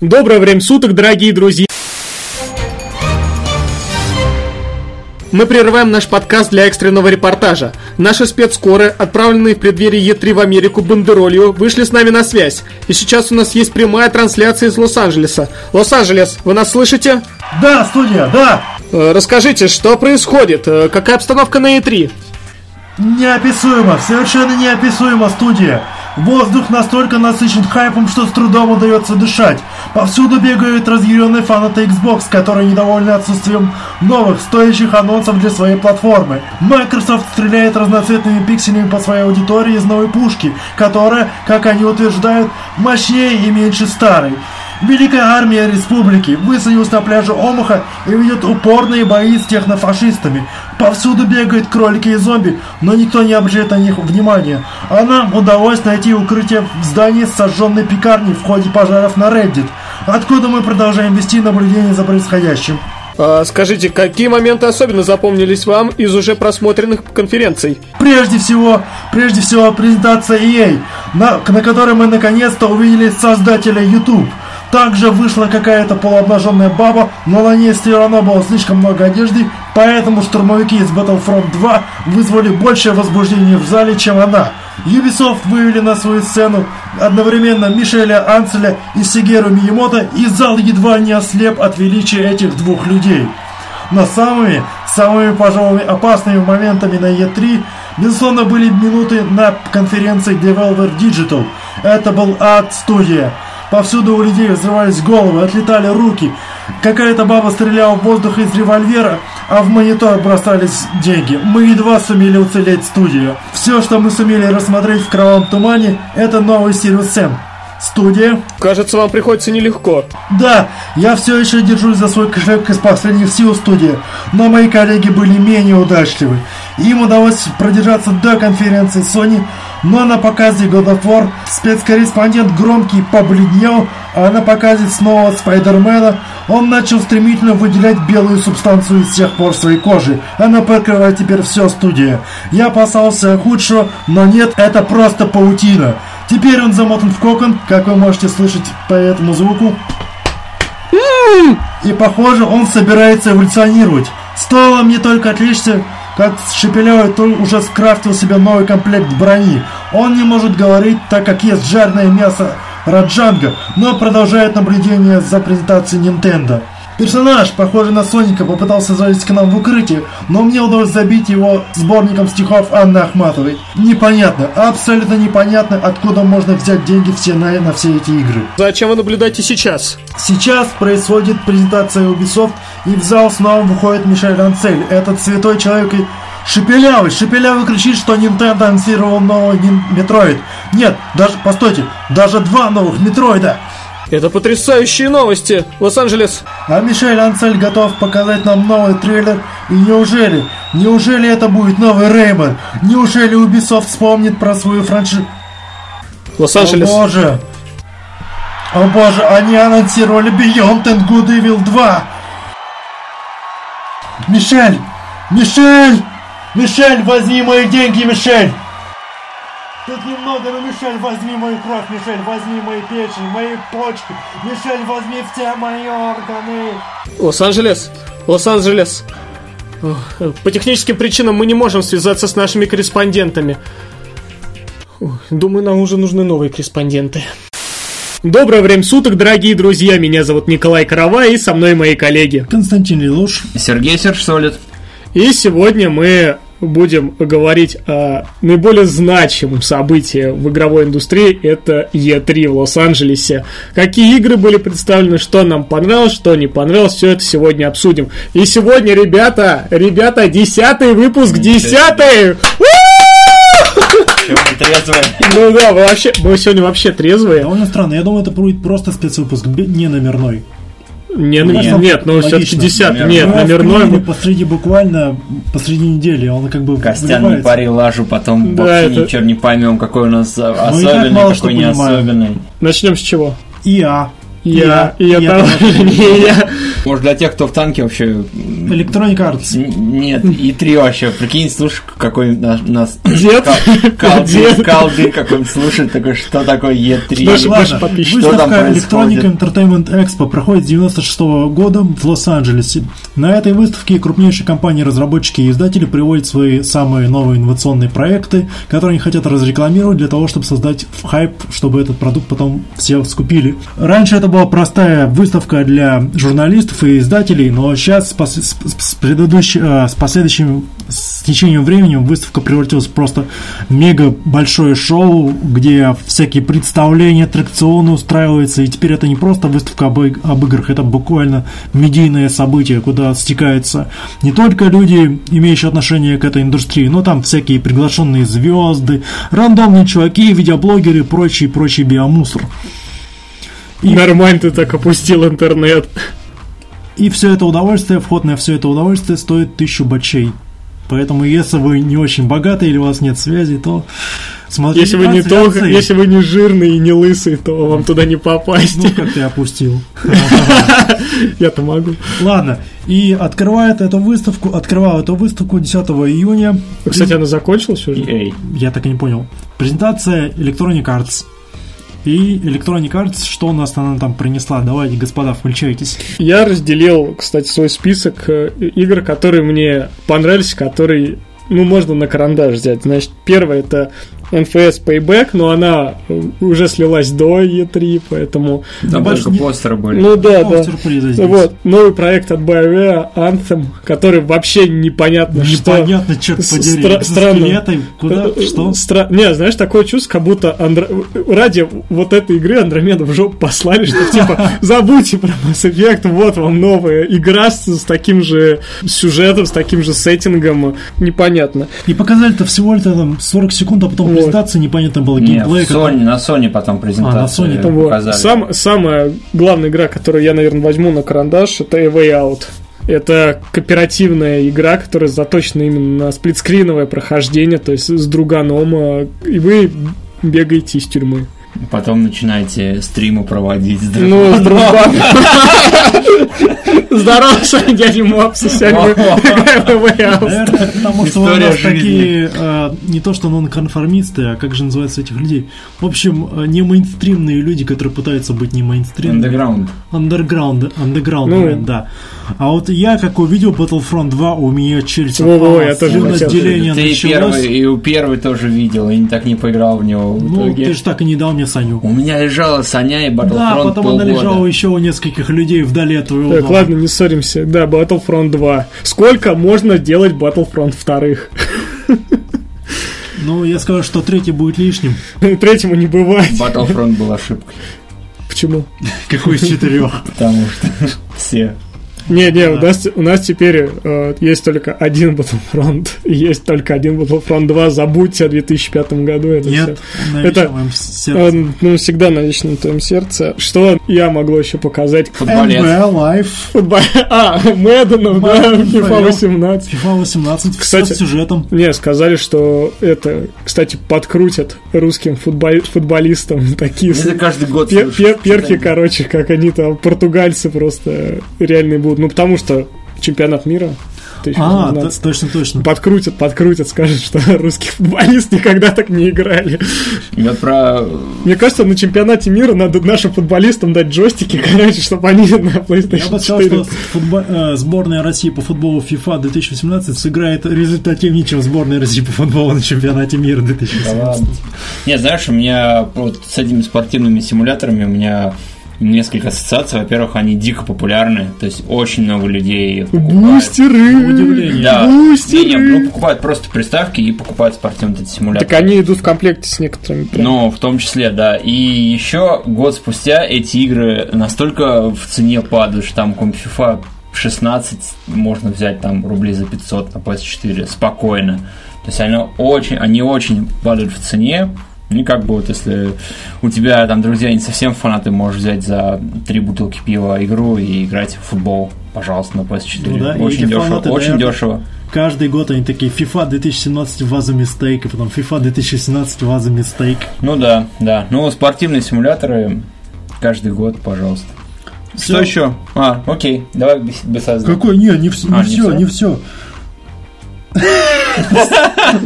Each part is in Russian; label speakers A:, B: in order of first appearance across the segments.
A: Доброе время суток, дорогие друзья! Мы прерываем наш подкаст для экстренного репортажа. Наши спецскоры, отправленные в преддверии Е3 в Америку бандеролью, вышли с нами на связь. И сейчас у нас есть прямая трансляция из Лос-Анджелеса. Лос-Анджелес, вы нас слышите?
B: Да, студия, да!
A: Э, Расскажите, что происходит? Э, Какая обстановка на E3?
B: Неописуемо, совершенно неописуемо, студия. Воздух настолько насыщен хайпом, что с трудом удается дышать. Повсюду бегают разъяренные фанаты Xbox, которые недовольны отсутствием новых, стоящих анонсов для своей платформы. Microsoft стреляет разноцветными пикселями по своей аудитории из новой пушки, которая, как они утверждают, мощнее и меньше старой. Великая армия республики высадилась на пляже Омаха и ведет упорные бои с технофашистами. Повсюду бегают кролики и зомби, но никто не обращает на них внимания. А нам удалось найти укрытие в здании с сожженной пекарней в ходе пожаров на Reddit, откуда мы продолжаем вести наблюдение за происходящим.
A: Э, Скажите, какие моменты особенно запомнились вам из уже просмотренных конференций?
B: Прежде всего, прежде всего презентация EA, на, на которой мы наконец-то увидели создателя YouTube. Также вышла какая-то полуобнаженная баба, но на ней все равно было слишком много одежды, поэтому штурмовики из Battlefront 2 вызвали большее возбуждение в зале, чем она. Ubisoft вывели на свою сцену одновременно Мишеля Анцеля и Сигеру Миемото, и зал едва не ослеп от величия этих двух людей. Но самыми, самыми, пожалуй, опасными моментами на E3, безусловно, были минуты на конференции Devolver Digital. Это был ад-студия. Повсюду у людей взрывались головы, отлетали руки. Какая-то баба стреляла в воздух из револьвера, а в монитор бросались деньги. Мы едва сумели уцелеть студию. Все, что мы сумели рассмотреть в кровавом тумане, это новый Сириус Сэм. Студия,
A: Кажется, вам приходится нелегко.
B: да, я все еще держусь за свой кошелек из последних сил студии, но мои коллеги были менее удачливы. Им удалось продержаться до конференции Sony, но на показе God of War спецкорреспондент громкий побледнел, а на показе снова Спайдермена он начал стремительно выделять белую субстанцию из всех пор своей кожи. Она покрывает теперь все студия. Я опасался худшего, но нет, это просто паутина. Теперь он замотан в кокон, как вы можете слышать по этому звуку. И похоже, он собирается эволюционировать. Стоило мне только отвлечься, как Шепелевый Тур уже скрафтил себе новый комплект брони. Он не может говорить, так как ест жарное мясо Раджанга, но продолжает наблюдение за презентацией Nintendo. Персонаж, похожий на Соника, попытался залезть к нам в укрытие, но мне удалось забить его сборником стихов Анны Ахматовой. Непонятно, абсолютно непонятно, откуда можно взять деньги все на, на все эти игры.
A: Зачем вы наблюдаете сейчас?
B: Сейчас происходит презентация Ubisoft, и в зал снова выходит Мишель Анцель. Этот святой человек и Шепелявый, Шепелявый кричит, что Nintendo анонсировал новый нин- Метроид. Нет, даже, постойте, даже два новых Метроида.
A: Это потрясающие новости. Лос-Анджелес,
B: А Мишель Анцель готов показать нам новый трейлер. И неужели, неужели это будет новый Реймон? Неужели Ubisoft вспомнит про свою франшизу?
A: Лос-Анджелес.
B: О боже! О боже, они анонсировали Beyond and Good Evil 2! Мишель! Мишель! Мишель, возьми мои деньги, Мишель! Тут немного, но Мишель, возьми мою кровь, Мишель, возьми мои печень, мои почки, Мишель, возьми все мои органы.
A: Лос-Анджелес, Лос-Анджелес. Ох, По техническим причинам мы не можем связаться с нашими корреспондентами. Ой, Думаю, нам уже нужны новые корреспонденты. Доброе время суток, дорогие друзья. Меня зовут Николай Карава и со мной мои коллеги.
B: Константин Лилуш.
C: Сергей Сержсолид.
A: И сегодня мы будем говорить о наиболее значимом событии в игровой индустрии. Это E3 в Лос-Анджелесе. Какие игры были представлены, что нам понравилось, что не понравилось, все это сегодня обсудим. И сегодня, ребята, ребята, десятый выпуск, десятый! Ну да, мы вообще, мы сегодня вообще трезвые.
B: Довольно странно, я думаю, это будет просто спецвыпуск, не номерной. Ну,
A: Не, ну,
B: Логично.
A: нет, ну все-таки
B: Логично.
A: десятый,
C: Номерной.
A: нет, номерной.
B: посреди буквально посреди недели, он как бы
C: Костян не парил лажу, потом
A: Да,
C: вообще
A: это-
C: ничего не поймем, какой у нас
B: и так
C: особенный,
B: мало что
C: какой не
B: понимаем.
C: особенный.
A: Начнем с чего?
B: ИА.
A: Я,
B: Я.
A: я,
B: Я
A: того же не я.
C: Может, для тех, кто в танке вообще... м,
B: Electronic Arts.
C: н- Нет, и три вообще. Прикинь, слушай, какой на- нас...
A: Дед.
C: Кал- Калдин,
A: Дед.
C: Калдин какой-нибудь слушает, такой, что такое
A: Даже-
C: Е3?
A: даже
B: Ладно,
A: подписчики.
C: Что там
B: выставка
C: происходит?
B: Electronic Entertainment Expo проходит с 96 года в Лос-Анджелесе. На этой выставке крупнейшие компании-разработчики и издатели приводят свои самые новые инновационные проекты, которые они хотят разрекламировать для того, чтобы создать хайп, чтобы этот продукт потом все скупили. Раньше это была простая выставка для журналистов и издателей, но сейчас с, пос- с- с предыдущ- э, с последующим с течением времени выставка превратилась в просто мега большое шоу, где всякие представления, аттракционы устраиваются, и теперь это не просто выставка об, иг- об играх, это буквально медийное событие, куда стекаются не только люди, имеющие отношение к этой индустрии, но там всякие приглашенные звезды, рандомные чуваки, видеоблогеры и прочий-прочий биомусор. И-
A: Нормально ты так опустил интернет.
B: И все это удовольствие, вход на все это удовольствие стоит тысячу бачей. Поэтому, если вы не очень богаты или у вас нет связи, то смотрите
A: Если вы не толк-
B: трансляции.
A: если вы не жирный и не лысый, то вам туда не попасть.
B: Ну, как ты опустил.
A: Я-то могу.
B: Ладно, и открывает эту выставку, открывал эту выставку 10 июня.
A: Ну, Кстати, она закончилась уже?
C: Эй,
B: Я так и не понял. Презентация Electronic Arts. И Electronic Arts, что у нас она там принесла? Давайте, господа, включайтесь.
A: Я разделил, кстати, свой список э, игр, которые мне понравились, которые, ну, можно на карандаш взять. Значит, первое это NFS Payback, но она э, уже слилась до E3, поэтому...
C: там
B: больше
C: только
B: не-
C: постеры были.
A: Ну да,
B: О,
A: да.
B: сюрпризы здесь.
A: Вот, новый проект от BioWare, Anthem, который вообще непонятно, что...
B: Непонятно, черт
A: с-
B: подери,
A: стра- странно.
B: экзоскелеты, куда,
A: Э, э,
B: Ну что?
A: стра- Не, знаешь, такое чувство, как будто Андро- ради вот этой игры Андромеду в жопу послали, что типа забудьте про Mass Effect, вот вам новая игра с, с таким же сюжетом, с таким же сеттингом, непонятно.
B: И показали-то всего-то там 40 секунд, а потом
A: Вот.
B: презентация непонятно было
C: Нет,
B: геймплей. как-
C: Sony, на Sony потом презентацию
B: Sony там
A: Вот.
C: Э, показали.
A: Сам- самая главная игра, которую я, наверное, возьму на карандаш, это A Way Out. Это кооперативная игра, которая заточена именно на сплитскриновое прохождение, то есть с друганом, э, и вы бегаете из тюрьмы.
C: Потом начинаете стримы проводить. с друг-
A: Ну, с другом. Здорово, Саня, дядя Мопс, и сегодня мы играем в Way Out.
B: Наверное, это потому что вы у
C: История
B: нас
C: жизни.
B: такие э, не то что нонконформисты, а как же называются этих людей? В общем, э, не мейнстримные люди, которые пытаются быть не мейнстримными.
C: Underground.
B: Underground, underground,
A: Ну.
B: man, да. А вот я, как увидел Battlefront 2, у меня челюсть
A: Во-во,
B: отпала,
A: я тоже
B: слюноотделение
A: хотел.
C: Ты и
B: началось.
C: первый, и у первый тоже видел, и так не поиграл в него в
B: Ну,
C: итоге.
B: ты же так и не дал мне Саню.
C: У меня лежала Саня и Battlefront
B: Да, потом
C: полгода.
B: она лежала еще у нескольких людей вдали от твоего
A: Так,
B: дома.
A: ладно, не ссоримся. Да, Battlefront 2. Сколько можно делать Battlefront вторых?
B: Ну, я сказал, что третий будет лишним.
A: Третьему не бывает.
C: Battlefront был ошибкой,
A: Почему?
B: Какой из четырех?
C: потому что все.
A: Не, не, у
B: Да.
A: нас, у нас теперь э, есть только один Battlefront, и есть только один Battlefront 2, забудьте о 2005 году. Это всё.
B: Нет, Э, на
A: Это-
B: вечном моем сердце.
A: Он, ну, всегда на вечном твоем сердце. Что я могло еще показать?
C: Футболец.
B: NBA Live,
A: Футбол... А, Мэдденов, да,
B: Мэдден,
A: FIFA
B: понял.
A: 18.
B: FIFA 18,
A: Кстати,
B: все с сюжетом.
A: Не, сказали, что это, кстати, подкрутят русским футбол- футболистам такие с-
B: Ну,
C: Это каждый год
A: пе-
C: слышу,
A: пе- перки,
C: что-то.
A: короче, как они там, португальцы просто реальные будут. Ну, потому что чемпионат мира
B: А,
A: 2018.
B: т- точно, точно.
A: Подкрутят, подкрутят, скажут, что русские футболисты никогда так не играли.
C: Я про...
A: Мне кажется, на чемпионате мира надо нашим футболистам дать джойстики, короче, чтобы они на
B: Я бы
A: PlayStation
B: сказал,
A: 4.
B: что футбо- э, сборная России по футболу FIFA 2018 сыграет результативнее, чем сборная России по футболу на чемпионате мира 2018.
C: Не, знаешь, у меня вот с этими спортивными симуляторами у меня несколько ассоциаций. Во-первых, они дико популярны, то есть очень много людей покупают.
A: Бустеры!
B: Удивление.
C: Да.
A: Бустеры!
C: Не, не, ну, покупают просто приставки и покупают спортивные вот эти симуляторы.
A: Так они идут в комплекте с некоторыми. прям.
C: Ну, в том числе, да. И еще год спустя эти игры настолько в цене падают, что там какой-нибудь FIFA 16 можно взять там рублей за 500 на PS4 спокойно. То есть они очень, они очень падают в цене. Ну, и как бы вот если у тебя там друзья не совсем фанаты, можешь взять за три бутылки пива игру и играть в футбол, пожалуйста, на PS4.
B: Ну да, и
C: очень
B: эти
C: дешево,
B: фанаты,
C: очень
B: наверное,
C: дешево.
B: Каждый год они такие FIFA 2017 ваза мистейк, и потом FIFA 2017 ваза мистейк.
C: Ну да, да. Ну, спортивные симуляторы каждый год, пожалуйста.
B: Всё.
C: Что еще? А, окей, давай без, без создания.
B: Какой? Не, не, вс- не
C: А, не
B: все,
C: всё?
B: не все.
C: Ну,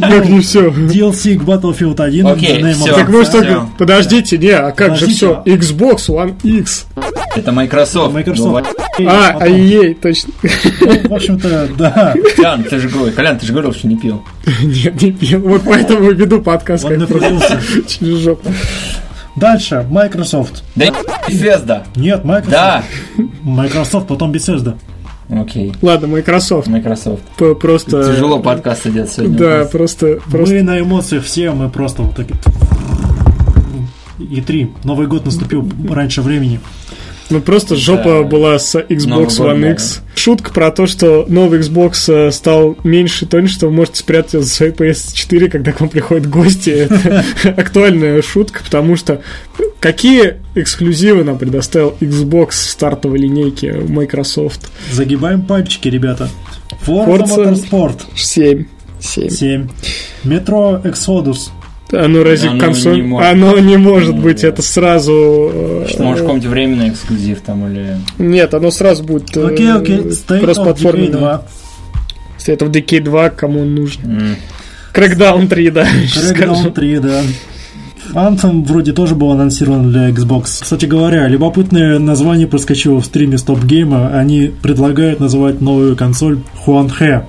A: Как не все.
B: DLC к Battlefield 1. and
C: Окей,
B: the name of
C: всё.
B: the
A: Так вы
C: Да,
A: что,
C: всё.
A: подождите, не, а как же все?
B: Подождите.
A: Xbox One X.
C: Это Microsoft. Ну,
B: Microsoft.
A: А, а
B: Потом.
A: EA, точно.
B: Ну, В общем-то, да.
C: Колян, ты же говорил, Колян, ты же говорил, что не пил.
A: Нет, не пил. Вот поэтому и веду подкаст.
B: Он
A: как
B: напрягился.
A: Через жопу.
B: Дальше, Microsoft.
C: Да Звезда.
B: Нет, Microsoft.
C: Да.
B: Microsoft, потом Bethesda.
C: Окей.
A: Ладно, Microsoft.
C: Microsoft.
A: П- Просто...
C: Тяжело подкаст идет сегодня.
A: Э, Да, просто... просто...
B: Мы на эмоциях все, мы просто вот такие... И три. Новый год наступил раньше времени.
A: Ну просто жопа
C: Да.
A: была с Xbox
C: Новый год,
A: One X. Шутка про то, что новый Xbox э, стал меньше и тоньше, что вы можете спрятаться за своей PS4, когда к вам приходят гости. Это актуальная шутка, потому что какие эксклюзивы нам предоставил Xbox в стартовой линейке Microsoft?
B: Загибаем пальчики, ребята. Forza
A: Forza.
B: Motorsport
A: 7. 7.
B: 7. Metro Exodus.
A: Оно разве
C: Оно
A: консоль?
C: не может.
A: Оно не может
C: Не
A: быть,
C: может.
A: это сразу... э,
C: Может, какой-нибудь временный эксклюзив там или...
A: Нет, оно сразу будет... э,
B: Окей, окей. State of Decay
A: кроссплатформенное.
B: 2.
A: Если это в DK 2, кому он нужен?
C: М.
A: Crackdown 3, да. сейчас скажу.
B: Crackdown 3, да. Anthem вроде тоже был анонсирован для Xbox. Кстати говоря, любопытное название проскочило в стриме Stop Game. Они предлагают называть новую консоль Хуан Хэ.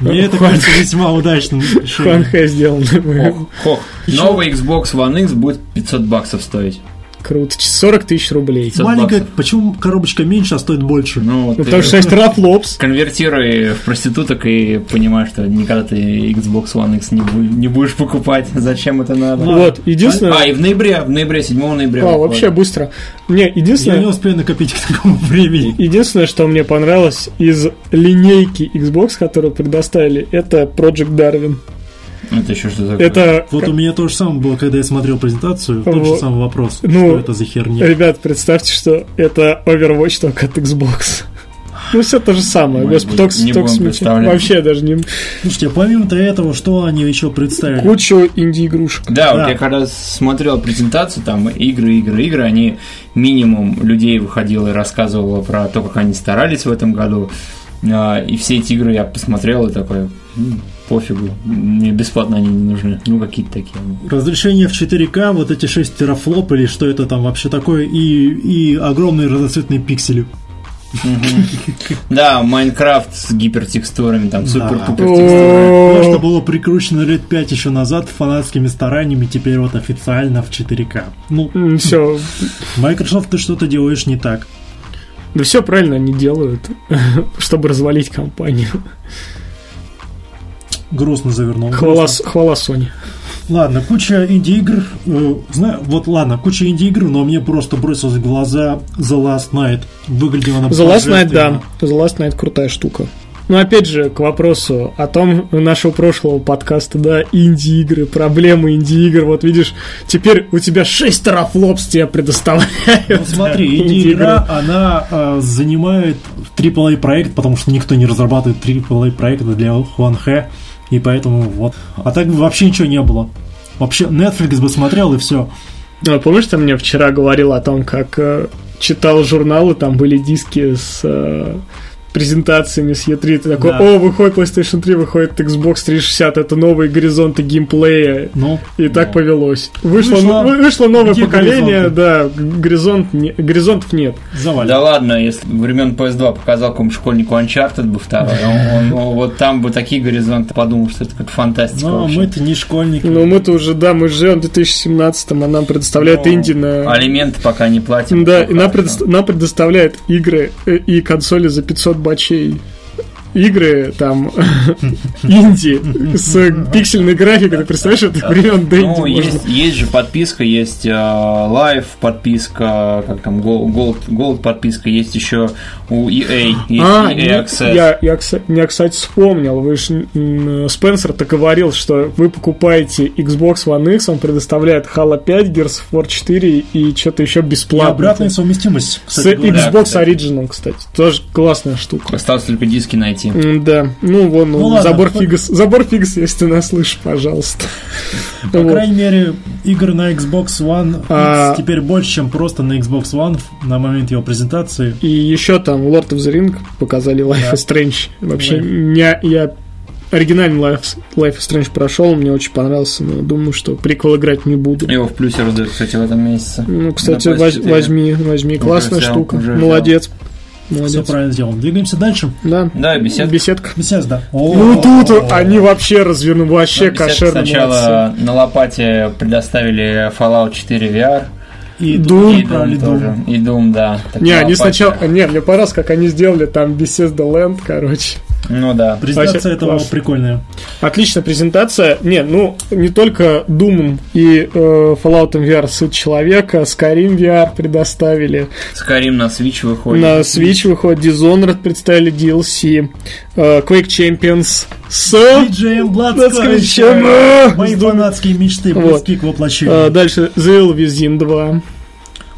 B: Мне это
A: Хуан-
B: кажется весьма удачным решением.
A: Хэ сделан.
C: Хох, хох. Новый Xbox One X будет 500 баксов стоить.
A: Круто. 40 тысяч рублей.
C: 500
B: Маленькая,
C: баксов.
B: почему коробочка меньше, а стоит больше?
C: Ну, вот
A: Ну,
C: ты
A: потому что это Рафлопс.
C: конвертируй в проституток и понимаешь, что никогда ты Xbox One X не, бу- не будешь покупать. Зачем это надо?
B: Ну,
A: Вот,
C: А,
A: единственное...
C: и в ноябре, в ноябре, 7 ноября.
A: А,
C: выходит.
A: вообще быстро. Не,
B: Я не
A: единственное...
B: успею накопить к такому времени.
A: Единственное, что мне понравилось из линейки Xbox, которую предоставили, это Project Darwin.
C: Это еще что такое?
A: Это,
B: Э, Вот у меня то же самое было, когда я смотрел презентацию, тот же
A: Вот.
B: самый вопрос,
A: Ну,
B: что это за херня.
A: ребят, представьте, что это Overwatch только от Xbox. Ну, все то же самое.
C: Мы
A: Господи,
C: будем-
A: только, с-
C: не
A: только
C: будем
A: смешно.
C: представлять.
A: Вообще даже не...
B: Слушайте, а помимо-то этого, что они еще представили?
A: Кучу инди-игрушек.
C: Да, вот
B: Да.
C: я когда смотрел презентацию, там игры, игры, игры, они минимум людей выходило и рассказывало про то, как они старались в этом году. А, И все эти игры я посмотрел и такой, «М, пофигу, мне бесплатно они не нужны. Ну, какие-то такие.
B: Разрешение в 4К, вот эти 6 терафлоп или что это там вообще такое, и, и огромные разноцветные пиксели.
C: Да, Майнкрафт с гипертекстурами, там, супер-пупер-текстурами.
B: То, что
A: О,
B: было прикручено лет 5 еще назад фанатскими стараниями, теперь вот официально в 4К. Ну,
A: Все,
B: Microsoft, ты что-то делаешь не так.
A: Да все правильно они делают, чтобы развалить компанию.
B: Грустно завернул.
A: Хвала,
B: Грустно.
A: с- хвала Sony.
B: Ладно, куча инди-игр. э, знаю, вот ладно, куча инди-игр, но мне просто бросилось в глаза The Last Night. Выглядела она
A: The Last Night,
B: божественно.
A: да. The Last Night крутая штука. Но опять же, к вопросу о том нашего прошлого подкаста, да, инди-игры, проблемы инди-игр. Вот видишь, теперь у тебя 6 тарафлопс тебе предоставляют.
B: Ну смотри,
A: типа,
B: инди-игра, она э, занимает AAA проект, потому что никто не разрабатывает AAA проекты для Хуан Хэ, и поэтому вот. А так вообще ничего не было. Вообще, Netflix бы смотрел и все.
A: Ну, помнишь, ты мне вчера говорил о том, как э, читал журналы, там были диски с э, презентациями с E3, ты такой,
B: Да.
A: о, выходит PlayStation 3, выходит Xbox 360, это новые горизонты геймплея,
B: Ну,
A: и так
C: Да.
A: повелось. Вышло,
B: Вышло-
A: вы- вышло новое
B: Где
A: поколение, да, горизонт не- горизонтов нет.
B: завалил.
C: Да ладно, если бы времен PS2 показал какому-нибудь школьнику Uncharted бы второй, он- он- он- вот там бы такие горизонты подумал, что это как фантастика
B: Но
C: вообще.
B: Ну, а мы-то не школьники.
A: Но Ну, мы-то уже, да, мы живем в 2017-м, а нам предоставляют
C: Ну,
A: инди на...
C: Алименты пока не платим.
A: Да, и
C: Пока
A: нам,
C: что.
A: предост- нам предоставляют игры э, и консоли за 500 бачей. Игры там инди с пиксельной графикой, ты представляешь, это времен
C: Ну,
A: Дэнди можно.
C: есть, есть же подписка, есть лайв подписка, как там, Gold, Gold подписка, есть еще у EA, есть
A: А,
C: EA
A: нет,
C: Access.
A: я, я, кса- я, кстати, вспомнил. Вы ж, м, Спенсер-то говорил, что вы покупаете Xbox One X, он предоставляет Halo 5, Gears of War 4 и что-то еще
B: И
A: бесплатно.
B: обратная совместимость,
A: С
B: кстати говоря.
A: Xbox
C: кстати.
A: Original, кстати. Тоже классная штука.
C: Осталось только диски найти. найти.
A: Да, ну вон,
B: Ну ладно,
A: забор
B: по-
A: Фигас. Забор Фигас, если ты нас слышишь, пожалуйста.
B: По
A: Вот.
B: крайней мере, игр на Xbox One X
A: А-
B: теперь больше, чем просто на Xbox One в- на момент его презентации.
A: И еще там Lord of the Ring показали Life is Strange. Вообще,
B: Life.
A: меня, я оригинальный Life, Life is Strange прошел, мне очень понравился, но думаю, что приквел играть не буду.
C: Его в плюсе раздают, кстати, в этом месяце.
A: Ну, кстати,
C: На PS4.
A: воз- возьми, возьми,
C: Уже
A: классная
C: взял,
A: штука.
C: уже взял.
A: Молодец.
B: Все
A: Молодец.
B: правильно сделал. Двигаемся дальше.
A: Да.
C: Да, беседка.
A: Беседка.
B: Бесезда.
A: Ну тут они вообще развернули, вообще
C: Беседка
A: кошерно молодцы.
C: сначала на лопате предоставили Fallout 4 VR.
B: И
A: Ну, Doom
B: Doom брали
C: Doom тоже.
B: Doom.
C: И Doom, да. Так
A: Не,
C: на
A: они
C: лопате.
A: сначала... а, Не, мне понравилось, как они сделали там Bethesda Land, короче.
C: Ну да.
B: Презентация
A: Вообще
B: этого
A: класс.
B: прикольная.
A: Отличная презентация. Не, ну, не только Doom и э, Fallout VR Суд Человека, Skyrim VR предоставили.
C: Скарим на Switch выходит.
A: На Switch выходит Dishonored, представили DLC. э, Quake Champions с...
B: Диджеем
A: Блацковичем.
B: Блацковичем. Мои фанатские мечты
A: Вот.
B: близки к
A: э,
B: воплощению.
A: Дальше The Elvisin 2.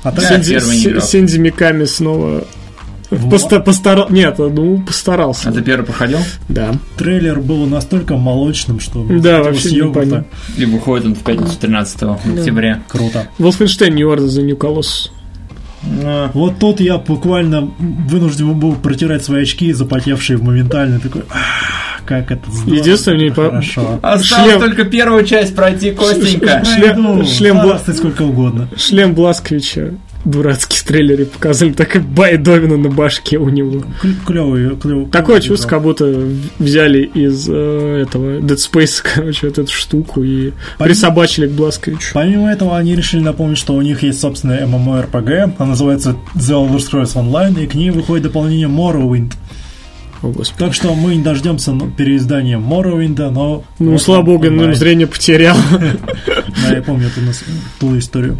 B: А так-
C: Да,
A: Синдзи,
C: первый не
A: Си-
C: играл.
A: Синдзи Миками снова
B: Вот.
A: поста- постара- Нет, ну,
C: А
A: постарался.
C: ты первый проходил?
A: Да.
B: трейлер был настолько молочным, что
A: Да,
B: хотелось
A: вообще не
B: йогурта.
A: понятно.
C: И выходит он в пятницу 13 октября.
B: Круто.
A: Wolfenstein New Order за New Colossus. А.
C: Ну,
B: Вот тут я буквально вынужден был протирать свои очки, запотевшие моментально. Такой, «Ах, как это здорово,
A: Единственное, мне по-
B: хорошо.
C: Осталось
A: Шлем.
C: только первую часть пройти, Костенька.
A: ш- шлем-
B: Пройду,
A: шлем был-
B: хвастать сколько угодно.
A: Шлем Бласковича дурацкий в трейлере показали, так и байдовина на башке у него.
B: Клевый, клевый.
A: Такое чувство, как будто взяли из э, этого Dead Space, короче, вот эту штуку и
B: Пон-
A: присобачили к Бласковичу.
B: Помимо этого, они решили напомнить, что у них есть собственная MMORPG, она называется The Elder Scrolls Online, и к ней выходит дополнение Morrowind.
A: О, господи.
B: Так что мы не дождемся ну, переиздания Morrowind, но...
A: Ну,
B: вот
A: слава богу,
B: онлайн.
A: ну, зрение потерял.
B: Да, я помню эту, нас- ту историю.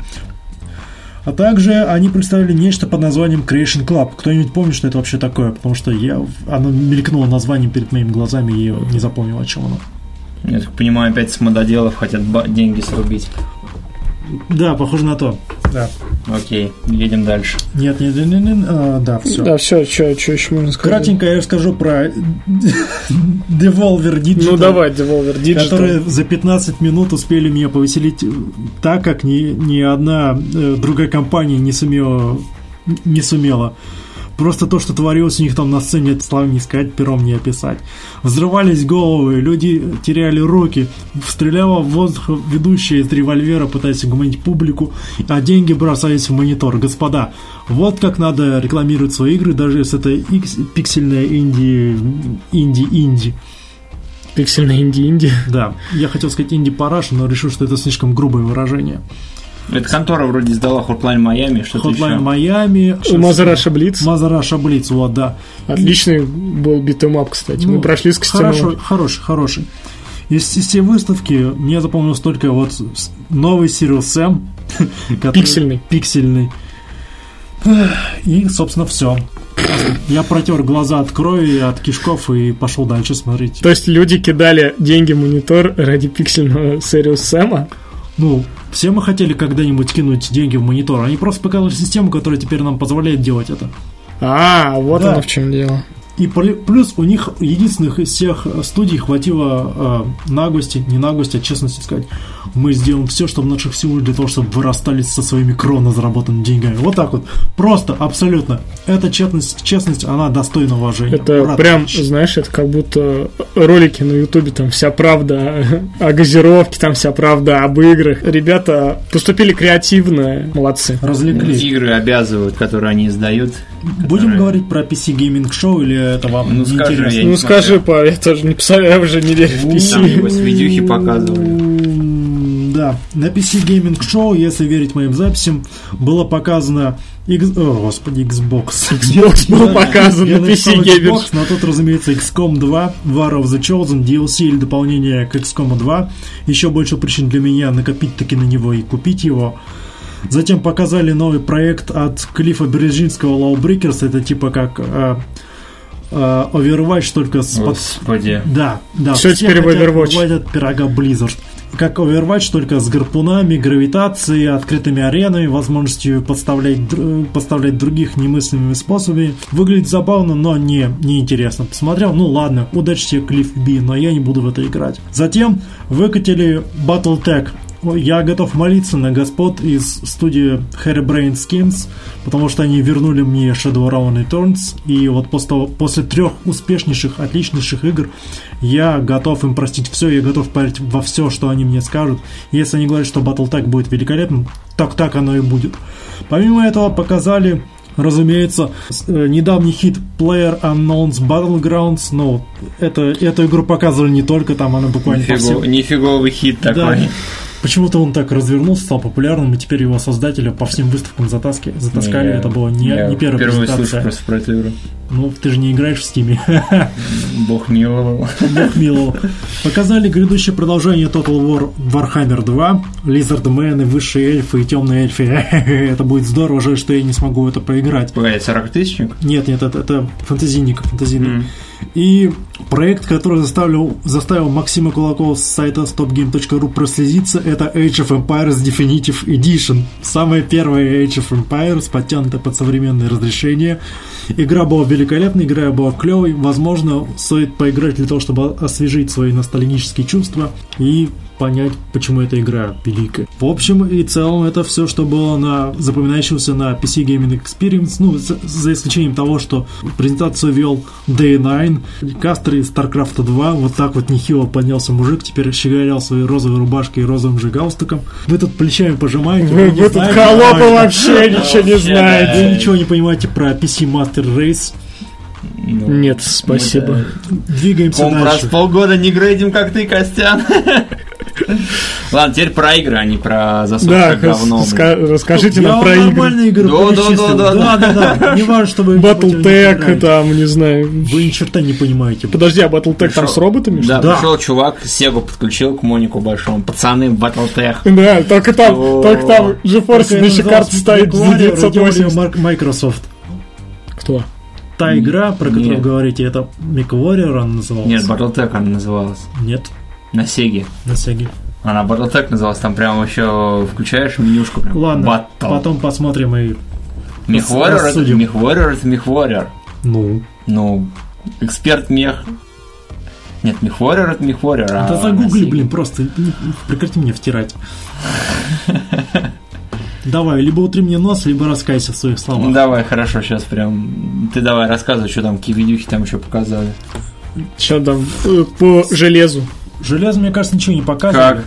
B: А также они представили нечто под названием Creation Club. Кто-нибудь помнит, что это вообще такое? Потому что я, оно мелькнуло названием перед моими глазами, и я не запомнил, о чем оно.
C: Я так понимаю, опять с мододелов хотят ба- деньги срубить.
B: Да, похоже на то. Да.
C: Окей, едем дальше.
B: Нет, нет, нет, нет, нет, а, да, все.
A: Да, все, что еще можно сказать?
B: Кратенько я расскажу про Devolver Digital.
A: Ну, давай, Devolver Digital.
B: которые за 15 минут успели меня повеселить э, так, как ни, ни одна э, другая компания не сумела, не сумела. Просто то, что творилось у них там на сцене, это словами не сказать, пером не описать. Взрывались головы, люди теряли руки, стреляла в воздух ведущая из револьвера, пытаясь угомонить публику, а деньги бросались в монитор. Господа, вот как надо рекламировать свои игры, даже если это икс- пиксельная инди... инди-инди.
A: Пиксельная инди-инди.
B: Да, я хотел сказать инди параша, но решил, что это слишком грубое выражение.
C: Эта контора вроде сдала Hotline Майами, что-то
B: Hotline
C: еще.
B: Майами.
A: У Мазараша Блиц.
B: Мазараша Блиц, вот, да.
A: Отличный был битэмап, кстати. Мы
B: Ну,
A: прошли с
B: Хорошо,
A: костяном.
B: хороший, хороший. Из, из всей выставки мне запомнилось только вот с- новый сериал Сэм. который-
A: Пиксельный.
B: Пиксельный. Эх, И, собственно, все. Я протер глаза от крови, от кишков и пошел дальше смотреть.
A: То есть люди кидали деньги в монитор ради пиксельного Serious Сэма.
B: Ну, все мы хотели когда-нибудь кинуть деньги в монитор. Они просто показали систему, которая теперь нам позволяет делать это.
A: А, вот
B: Да.
A: оно в чем дело.
B: И плю- плюс у них единственных из всех э, студий хватило э, наглости, не наглости, а честности сказать, мы сделаем все, что в наших силах для того, чтобы вы расстались со своими кровно заработанными деньгами. Вот так вот. Просто, абсолютно. Эта честность, честность она достойна уважения.
A: Это
B: Брат
A: прям,
B: Ильич.
A: знаешь, это как будто ролики на Ютубе, там вся правда о газировке, там вся правда об играх. Ребята поступили креативно, молодцы.
B: Развлекли.
C: Игры обязывают, которые они издают.
B: Будем
C: которые-
B: говорить про PC Gaming Show или это вам
C: Ну,
B: не Ну,
C: скажи,
B: интересно?
C: я не
A: ну
C: смотрел.
A: скажи, Павел, я тоже не писал, я уже не верю в
C: Там
A: PC.
C: его с видюхи показывали.
B: М, Да, на PC Gaming Show, если верить моим записям, было показано... X... О, господи, Xbox.
A: Xbox был показан
B: Я
A: на
B: написал
A: PC Gamer.
B: Xbox, но тут, разумеется, XCOM 2, War of the Chosen, DLC или дополнение к XCOM 2. Еще больше причин для меня накопить таки на него и купить его. Затем показали новый проект от Клифа Бережинского Lawbreakers. Это типа как э, э, Overwatch, только с под-
C: Господи.
B: да, да.
A: Всё
B: все
A: теперь в
B: хотят
A: Overwatch.
B: попробовать от пирога Blizzard. как Overwatch, только с гарпунами, гравитацией, открытыми аренами, возможностью подставлять, др- подставлять других немыслимыми способами. Выглядит забавно, но не, не интересно. Посмотрел, ну ладно, удачи тебе, Клифф Би, но я не буду в это играть. Затем выкатили Battletech. Ой, Я готов молиться на господ из студии Hairbrain Schemes, потому что они вернули мне Shadowrun Returns, и вот после, того- после трех успешнейших, отличнейших игр я готов им простить все, я готов парить во все, что они мне скажут. Если они говорят, что Battletech будет великолепным, так так оно и будет. Помимо этого показали Разумеется, с- э, недавний хит Player Unknowns Battlegrounds, но это, эту игру показывали не только там, она буквально по всему-
C: Нифиго- Нифиговый хит
B: Да.
C: такой.
B: Почему-то он так развернулся, стал популярным, и теперь его создатели по всем выставкам затаски, затаскали.
C: Я-
B: это было не,
C: я
B: не первая
C: впервые слышу
B: презентация.
C: просто про эту игру.
B: Ну, ты же не играешь в стиме.
C: Бог миловал.
B: Бог милого. Показали грядущее продолжение Total War Warhammer 2, Лизардмены, высшие эльфы и темные эльфы. Это будет здорово, жаль, что я не смогу это поиграть.
C: Погоди, 40 тысячник?
B: Нет, нет, это, это фантазийник, фантазийник.
C: М.
B: И проект, который заставил, заставил Максима Кулакова с сайта stopgame.ru проследиться, это Age of Empires Definitive Edition. Самая первая Age of Empires, подтянутая под современное разрешение. Игра была великолепной, игра была клевой. Возможно, стоит поиграть для того, чтобы освежить свои ностальгические чувства и понять, почему эта игра великая. В общем и целом, это все, что было на запоминающемся на PC Gaming Experience, ну, за, за исключением того, что презентацию вел Day9, кастры из StarCraft 2, вот так вот нехило поднялся мужик, теперь щеголял своей розовой рубашкой и розовым же галстуком. Вы тут плечами пожимаете,
A: Вы,
B: не
A: вы тут
B: знаете,
A: холопы
B: нормально.
A: вообще ничего не
C: да.
A: знаете.
B: Вы ничего не понимаете про PC Master Race.
C: Ну,
A: Нет, спасибо.
B: Двигаемся
C: Комп раз
B: дальше.
C: в полгода не грейдим, как ты, Костян. Ладно, теперь про игры, а не про
A: Да,
C: засохшее
A: рас-
C: говно. блин.
A: раска- расскажите
B: Я
A: нам
B: вам
A: про игры.
B: нормальные игры
C: Да, да,
B: перечислил.
C: да, да,
B: да, да, да. Не важно, что вы...
A: Battletech, там, не знаю.
B: Вы ни черта не понимаете.
A: Подожди, а Battletech там
C: Пришёл-
A: с роботами? что
C: Да,
A: ли?
B: Да.
C: пришел чувак, Сегу подключил к Монику большому. Пацаны, Battletech.
A: Да, только там,
C: О.
A: только там GeForce на еще карте стоит за 980.
B: Марк Microsoft.
A: Кто?
B: Та
C: Нет.
B: игра, про которую
C: Нет.
B: вы говорите, это MechWarrior она называлась?
C: Нет, Battletech она называлась.
B: Нет,
C: На Сеге.
B: на Сеге.
C: Она Battletech называлась, там прям еще включаешь менюшку прям.
B: Ладно,
C: Battle.
B: потом посмотрим и...
C: Мехворер это
B: рассудим.
C: Мехворер это Мехворер.
B: Ну,
C: Ну, эксперт мех. Нет, Мехворер это Мехворер. а
B: да загугли,
C: Сеге-
B: блин, просто не- прекрати меня втирать. Давай, либо утри мне нос, либо раскайся в своих
C: Ну,
B: словах.
C: давай, хорошо, сейчас прям. Ты давай рассказывай, что там, какие видюхи там еще показали.
A: Че там? э, По железу.
B: Железо, мне кажется, ничего не показывали.
C: Как?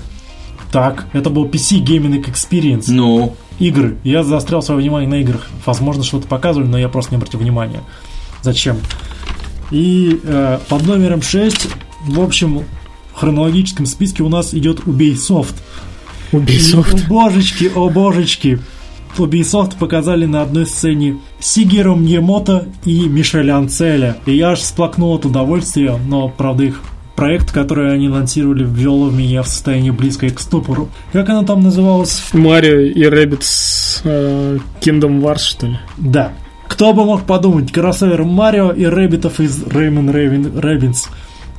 B: Так, это был PC Gaming Experience.
C: Ну,
B: игры. Я заострял свое внимание на играх. Возможно, что-то показывали, но я просто не обратил внимания. Зачем? И э, под номером 6, в общем, в хронологическом списке у нас идет Ubisoft. И,
A: Ubisoft.
B: О божечки, о божечки. Ubisoft показали на одной сцене Сигеру Мьемото и Мишеля Анцеля. И я аж сплакнул от удовольствия, но, правда, их проект, который они анонсировали, ввел в меня в состояние близкое к ступору. Как она там называлась?
A: Марио и Рэббит с э, Kingdom Wars, что ли?
B: Да. Кто бы мог подумать, кроссовер Марио и Рэббитов из Реймон Рэббинс.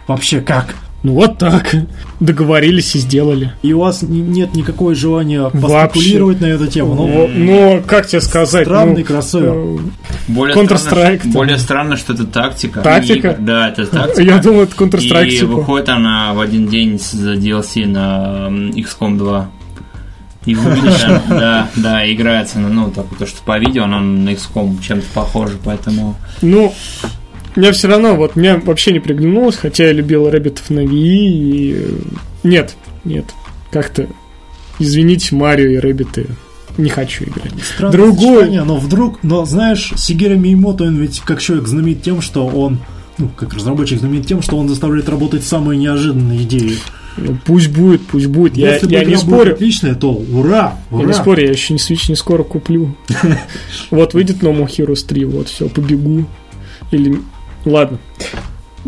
B: Вообще как?
A: Ну вот так. Договорились и сделали.
B: И у вас ни- нет никакого желания поспекулировать на эту тему. Ну,
A: Во- Ну, как тебе сказать?
B: странный
A: ну,
B: кроссовер.
A: э,
C: более
A: Counter-Strike
C: странно,
A: там.
C: более странно, что это тактика.
A: Тактика?
C: И- Да, это тактика.
A: Я думал, это Counter-Strike
C: И
A: типа.
C: выходит она в один день с за DLC на м, XCOM 2. И выглядит она, да, да, играется она, ну, так, то, что по видео она на XCOM чем-то похожа, поэтому...
A: Ну, мне все равно, вот, мне вообще не приглянулось, хотя я любил Рэббитов на Wii, и... э, Нет, нет, как-то, извините, Марио и Рэббиты, не хочу играть.
B: Странное
A: другой.
B: сочетание, но вдруг, но знаешь, Сигера Миимото, он ведь как человек знаменит тем, что он ну, как разработчик знаменит тем, что он заставляет работать самые неожиданные идеи.
A: Ну, Пусть будет, пусть будет, я,
B: Если бы
A: я
B: игра
A: не
B: была
A: спорю.
B: отличная, то ура!
A: Я
B: Ура!
A: не спорю, я еще не Switch не скоро куплю. Вот выйдет No More Heroes 3, вот все, побегу. Или... Ладно.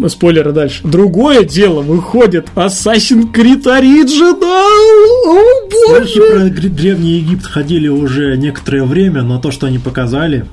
A: Спойлеры дальше. Другое дело, выходит Assassin's Creed Original! О,
B: Слухи
A: боже!
B: про Гри- Древний Египет ходили уже некоторое время, но то, что они показали,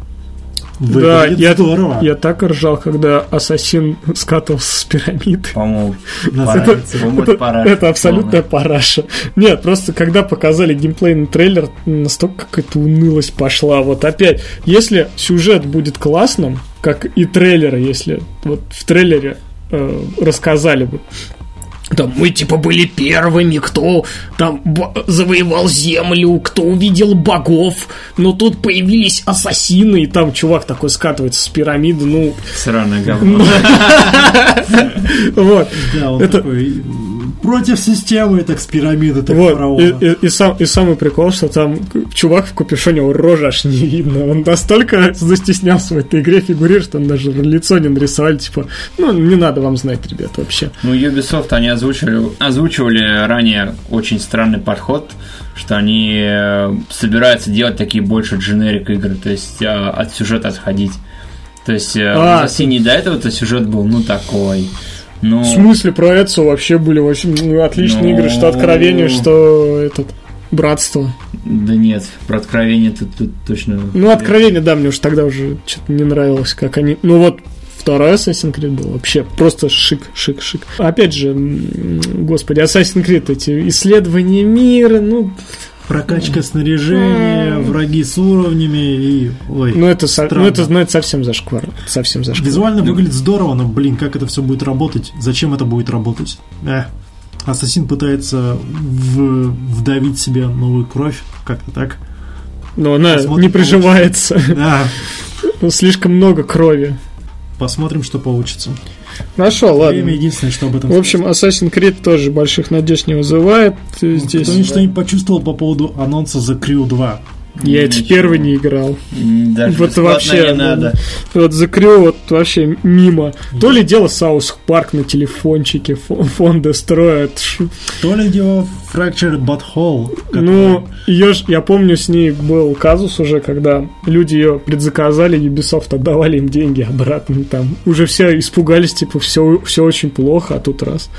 A: Да,
B: Выглядит
A: я,
B: здорово.
A: я так ржал, когда ассасин скатывался с пирамиды.
C: По-моему,
B: На
C: пора-
B: самом
C: по-моему,
A: Это,
C: пора.
A: это абсолютная параша. Нет, просто когда показали геймплейный трейлер, настолько какая-то унылость пошла. Вот опять, если сюжет будет классным, как и трейлеры, если вот в трейлере э, рассказали бы, там мы типа были первыми, кто там б- завоевал землю, кто увидел богов, но тут появились ассасины, и там чувак такой скатывается с пирамиды, ну,
C: Сраное говно.
A: вот.
B: Да, он
A: Это-
B: такой м, против системы, так с пирамиды,
C: Типа
B: так
A: Вот,
B: фараона.
A: и, и- и сам, и самый прикол, что там к- чувак в капюшоне, его рожи аж не видно. Он настолько застеснялся в этой игре фигуре, что он даже лицо не нарисовали, типа, ну, не надо вам знать, ребят, вообще.
C: Ну, Ubisoft, они озвучивали, озвучивали ранее очень странный подход, что они э, собираются делать такие больше дженерик игры, то есть э, от сюжета отходить. То есть э,
A: А,
C: в Ассасине до этого-то сюжет был, ну, такой. Ну,
A: В смысле, про Эдсо вообще были очень ну, отличные
C: Ну.
A: игры, что откровение, что этот... Братство.
C: да нет, про откровение тут, тут точно...
A: Ну, откровение, да, мне уж тогда уже что-то не нравилось, как они... Ну, вот второй Assassin's Creed был вообще просто шик, шик, шик. Опять же, м, господи, Assassin's Creed, эти исследования мира, ну,
B: Прокачка снаряжения, враги с уровнями и... Ой.
A: Ну это, со- ну,
B: Странно.
A: это, ну, это совсем зашквар. Это совсем зашквар.
B: Визуально выглядит здорово, но, блин, как это все будет работать? Зачем это будет работать? Э. Ассасин пытается в- вдавить себе новую кровь, как-то так.
A: Но она
B: Посмотрим,
A: не приживается.
B: Да,
A: Ну, Слишком много крови.
B: посмотрим, что получится.
A: Нашел,
B: Время
A: ладно.
B: единственное, что об этом
A: В общем, Assassin's Creed тоже больших надежд не вызывает. Э,
C: Ну,
B: сказать.
A: Здесь
B: Кто-нибудь что-нибудь почувствовал по поводу анонса за Crew 2?
A: я это в
C: Ничего.
A: первый не играл.
C: М, Даже
A: Вот
C: бесплатно
A: вообще,
C: не
A: ну,
C: надо.
A: Вот за Crew вот вообще мимо. То ли дело Саус Парк на телефончике, фо- фон Дестроя. это ш-
B: То ли дело Fractured Butthole, который-
A: Ну, ее ж, я помню, с ней был казус уже, когда люди ее предзаказали, Ubisoft отдавали им деньги обратно. Там уже все испугались, типа, все, все очень плохо, а тут раз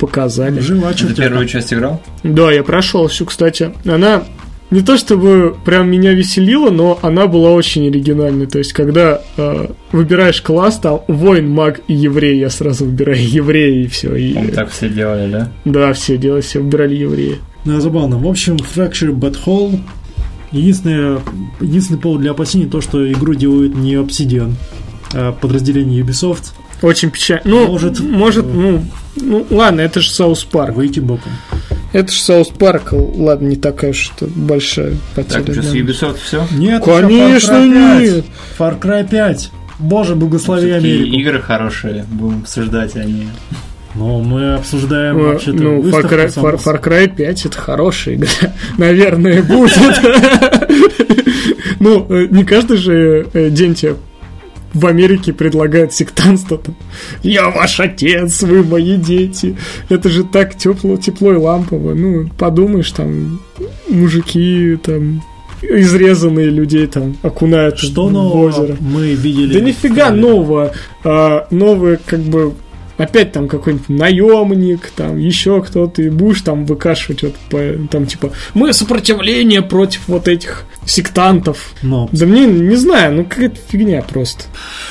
A: показали.
B: жива
C: Ты первую
B: чертяка.
C: часть играл?
A: Да, я прошел всю, кстати. Она не то чтобы прям меня веселила, но она была очень оригинальной. То есть, когда э, выбираешь класс, там воин, маг и еврей, я сразу выбираю еврея и все. И,
C: По-моему, так все делали, да?
A: да, все дело, все выбирали еврея.
B: Да, забавно. В общем, Fractured Butthole. Единственное, единственный повод для опасений то, что игру делают не Obsidian, а подразделение Ubisoft.
A: Очень печально. Ну,
B: Может,
A: может, ну, ну, ладно, это же Саус Парк.
B: Выйти боком.
A: Это же Саус Парк, ладно, не такая уж это большая потеря.
C: Так, ну что, с
A: да.
C: Ubisoft все?
B: Нет, еще
A: Конечно
B: Far Cry 5.
A: нет.
B: Far Cry 5. Боже, благослови Америку.
C: игры хорошие, будем обсуждать а они.
B: Но мы обсуждаем
A: Ну,
B: вообще-то
A: ну, Far
B: выставку
A: Cry,
B: саму.
A: Far- Far Cry 5 это хорошая игра. Наверное, будет. Ну, э, не каждый же э, день тебе в Америке предлагают сектантство. там, Я ваш отец, вы мои дети. Это же так тепло, тепло и лампово. Ну, подумаешь, там мужики там изрезанные людей там окунают
B: Что
A: в
B: нового
A: озеро.
B: мы видели?
A: Да
B: в
A: нифига ну.
B: трейлере?
A: нового. А, новые, как бы, опять там какой-нибудь наемник, там еще кто-то, и будешь там выкашивать вот по- там типа мы сопротивление против вот этих сектантов.
B: Но,
A: Да мне не знаю, ну какая-то фигня просто.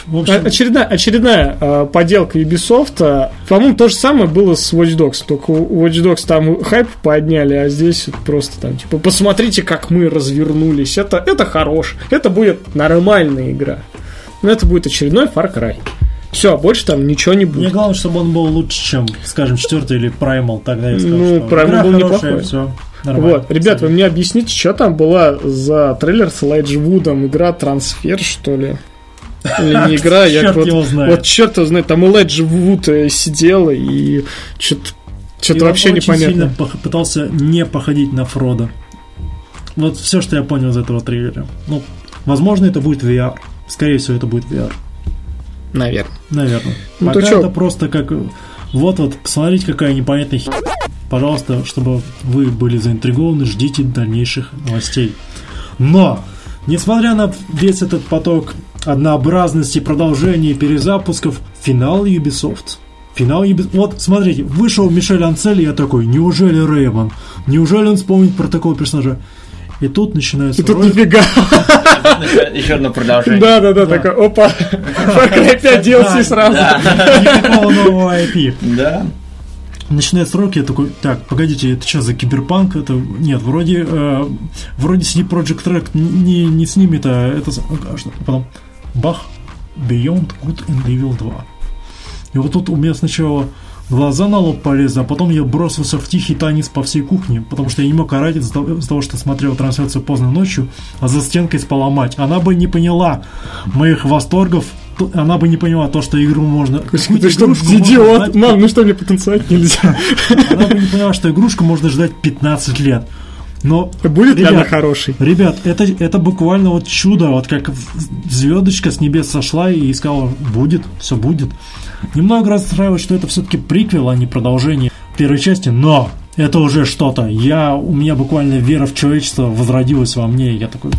B: в
A: А-
B: общем,
A: Очередная, очередная э, поделка Ubisoft. Э, По-моему, то же самое было с Watch Dogs. Только у Watch Dogs там хайп подняли, а здесь вот просто там, типа, посмотрите, как мы развернулись. Это, это хорош. Это будет нормальная игра. Но это будет очередной Far Cry. Все, больше там ничего не
B: мне
A: будет.
B: главное, чтобы он был лучше, чем, скажем, четвертый или Primal, тогда я скажу,
A: Ну,
B: что
A: Primal
B: игра
A: был
B: хорошая,
A: неплохой.
B: всё, нормально.
A: Вот, ребят, вы мне объясните, что там была за трейлер с Элайджи Вудом? Игра трансфер, что ли? Или не игра, я
B: Черт
A: вот
B: его знает.
A: Вот черт его знает, там Элайджа Вуд э, сидел и что-то
B: И он
A: вообще
B: очень сильно
A: непонятно.
B: пох- пытался не походить на Фрода. Вот все, что я понял из этого трейлера. Ну, возможно, это будет VR. Скорее всего, это будет VR.
A: Наверное.
B: Наверное.
A: Ну,
B: Пока
A: ты чё?
B: это просто как... э, Вот-вот, посмотрите, какая непонятная хи... Пожалуйста, чтобы вы были заинтригованы, ждите дальнейших новостей. Но, несмотря на весь этот поток однообразности, продолжений, перезапусков, финал Ubisoft. Финал Ubisoft. Вот, смотрите, вышел Мишель Анцель, и я такой, неужели Реймон? Неужели он вспомнит про такого персонажа? И тут начинается
A: И тут
B: ролик.
A: нифига.
C: Еще одно продолжение.
A: Да, да, да, такой, опа. Far Cry 5 DLC сразу.
B: Никакого нового IP.
C: Да.
B: Начинает сроки, я такой, так, погодите, это что за киберпанк? Это нет, вроде э, вроде CD Project Track не, не с ними-то, это с- а что? потом бах, Beyond Good and Evil 2. И вот тут у меня сначала глаза на лоб полезли, а потом я бросился в тихий танец по всей кухне, потому что я не мог орать из-за того, из-за того, что смотрел трансляцию поздно ночью, а за стенкой спала мать. Она бы не поняла моих восторгов, т- она бы не поняла то, что игру можно...
A: Ты
B: какую-то
A: что,
B: игрушку можно
A: идиот?
B: ждать-
A: Мам, ну что, мне потенциать нельзя?
B: Она бы не поняла, что игрушку можно ждать 15 лет. Но,
A: Будет ли она
B: ребят,
A: хорошей?
B: ребят, это, это буквально вот чудо, вот как в- звездочка с небес сошла и сказала, будет, все будет. Немного расстраивает, что это все-таки приквел, а не продолжение первой части, но это уже что-то. Я, у меня буквально вера в человечество возродилась во мне, и я такой,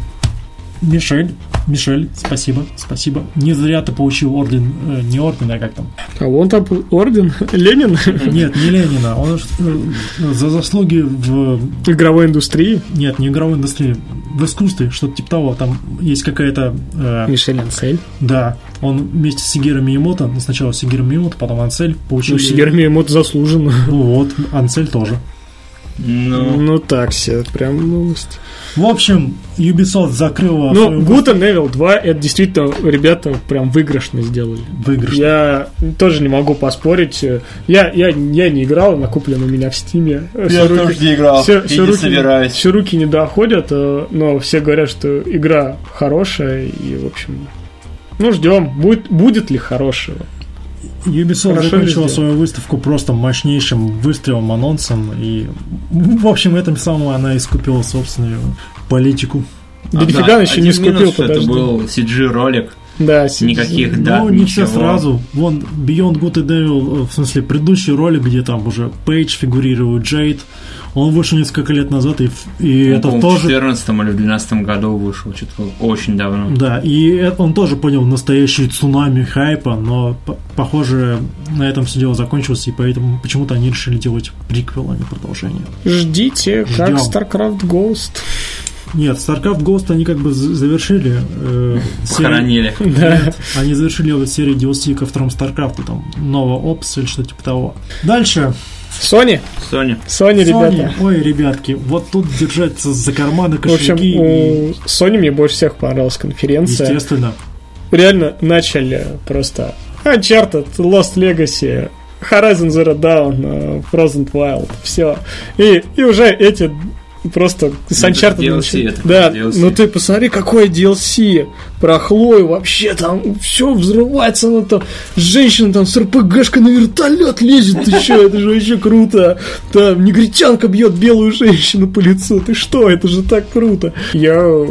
B: Мишель, Мишель, спасибо, спасибо. Не зря ты получил орден, э, не орден, а как там,
A: А вон там орден Ленин
B: нет, не Ленина. Он ж, э, за заслуги в...
A: игровой индустрии.
B: Нет, не игровой индустрии. В искусстве, что-то типа того. Там есть какая-то... э,
A: Мишель Ансель.
B: да. Он вместе с Сигером Миемото, ну, сначала Сигер Миемото, потом Ансель, получили...
A: Ну, Сигерми ему это заслуженно.
B: Ну вот, Ансель тоже.
C: Ну,
A: Ну так себе, прям новость.
B: В общем, Ubisoft закрыла
A: Ну,
B: свою
A: Good and Evil 2, это действительно ребята прям выигрышно сделали.
B: выигрыш.
A: Я тоже не могу поспорить. Я, я, я не играл, накуплен у меня в стиме. Э,
C: я тоже не играл.
A: все,
C: Я не
A: руки,
C: собираюсь.
A: все руки не доходят, э, но все говорят, что игра хорошая, и, в общем, ну, ждем, будет, будет ли хорошего.
B: Ubisoft
A: Хорошо
B: закончила
A: везде.
B: свою выставку просто мощнейшим выстрелом, анонсом. И, в общем, этим самым она искупила собственную политику.
A: Да
C: А,
A: нифига
C: да,
A: она еще не
C: один минус,
A: скупил,
C: что
A: подожди.
C: Это был CG-ролик.
A: Да, си-
C: Никаких дат,
B: ну, не все
C: ничего.
B: сразу. Вон, Beyond Good and Evil, э, в смысле, предыдущий ролик, где там уже Пейдж фигурирует, Джейд, он вышел несколько лет назад, и, ф- и
C: Он,
B: это
C: по-моему,
B: тоже...
C: В 14 или в 12 году вышел, что-то очень давно.
B: Да, и э- он тоже понял настоящий цунами хайпа, но, п- похоже, на этом все дело закончилось, и поэтому почему-то они решили делать приквел, а не продолжение.
A: Ждите, как
B: Ждем.
A: StarCraft Ghost.
B: Нет, StarCraft Ghost они как бы з- завершили... э, серию-
C: Похоронили.
A: Да.
B: Они завершили вот серию DLC ко второму StarCraft, там, Nova Ops или что-то типа того. Дальше.
A: Sony,
C: Sony.
A: Sony,
B: Sony,
A: ребята.
B: Ой, ребятки, вот тут держаться за карманы,
A: В общем,
B: кошельки и,
A: у Sony мне больше всех понравилась конференция.
B: естественно,
A: Реально начали просто Uncharted, Lost Legacy, Horizon Zero Dawn, э, Frozen Wild, все. И, и уже эти просто с
C: Ну, это
A: Uncharted...
C: DLC,
A: начали-
C: это
A: да,
C: DLC.
A: ну ты посмотри, какое DLC про Хлою, вообще там все взрывается, она там, женщина там с РПГшкой на вертолет лезет еще, это же вообще круто. Там негритянка бьет белую женщину по лицу, ты что, это же так круто. Я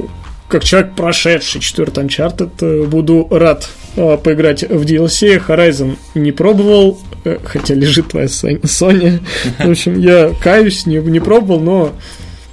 A: как человек, прошедший четвертый Uncharted, э, буду рад э, поиграть в DLC. Horizon не пробовал, э, хотя лежит твоя Сон- Соня. В общем, я каюсь, не, не пробовал, но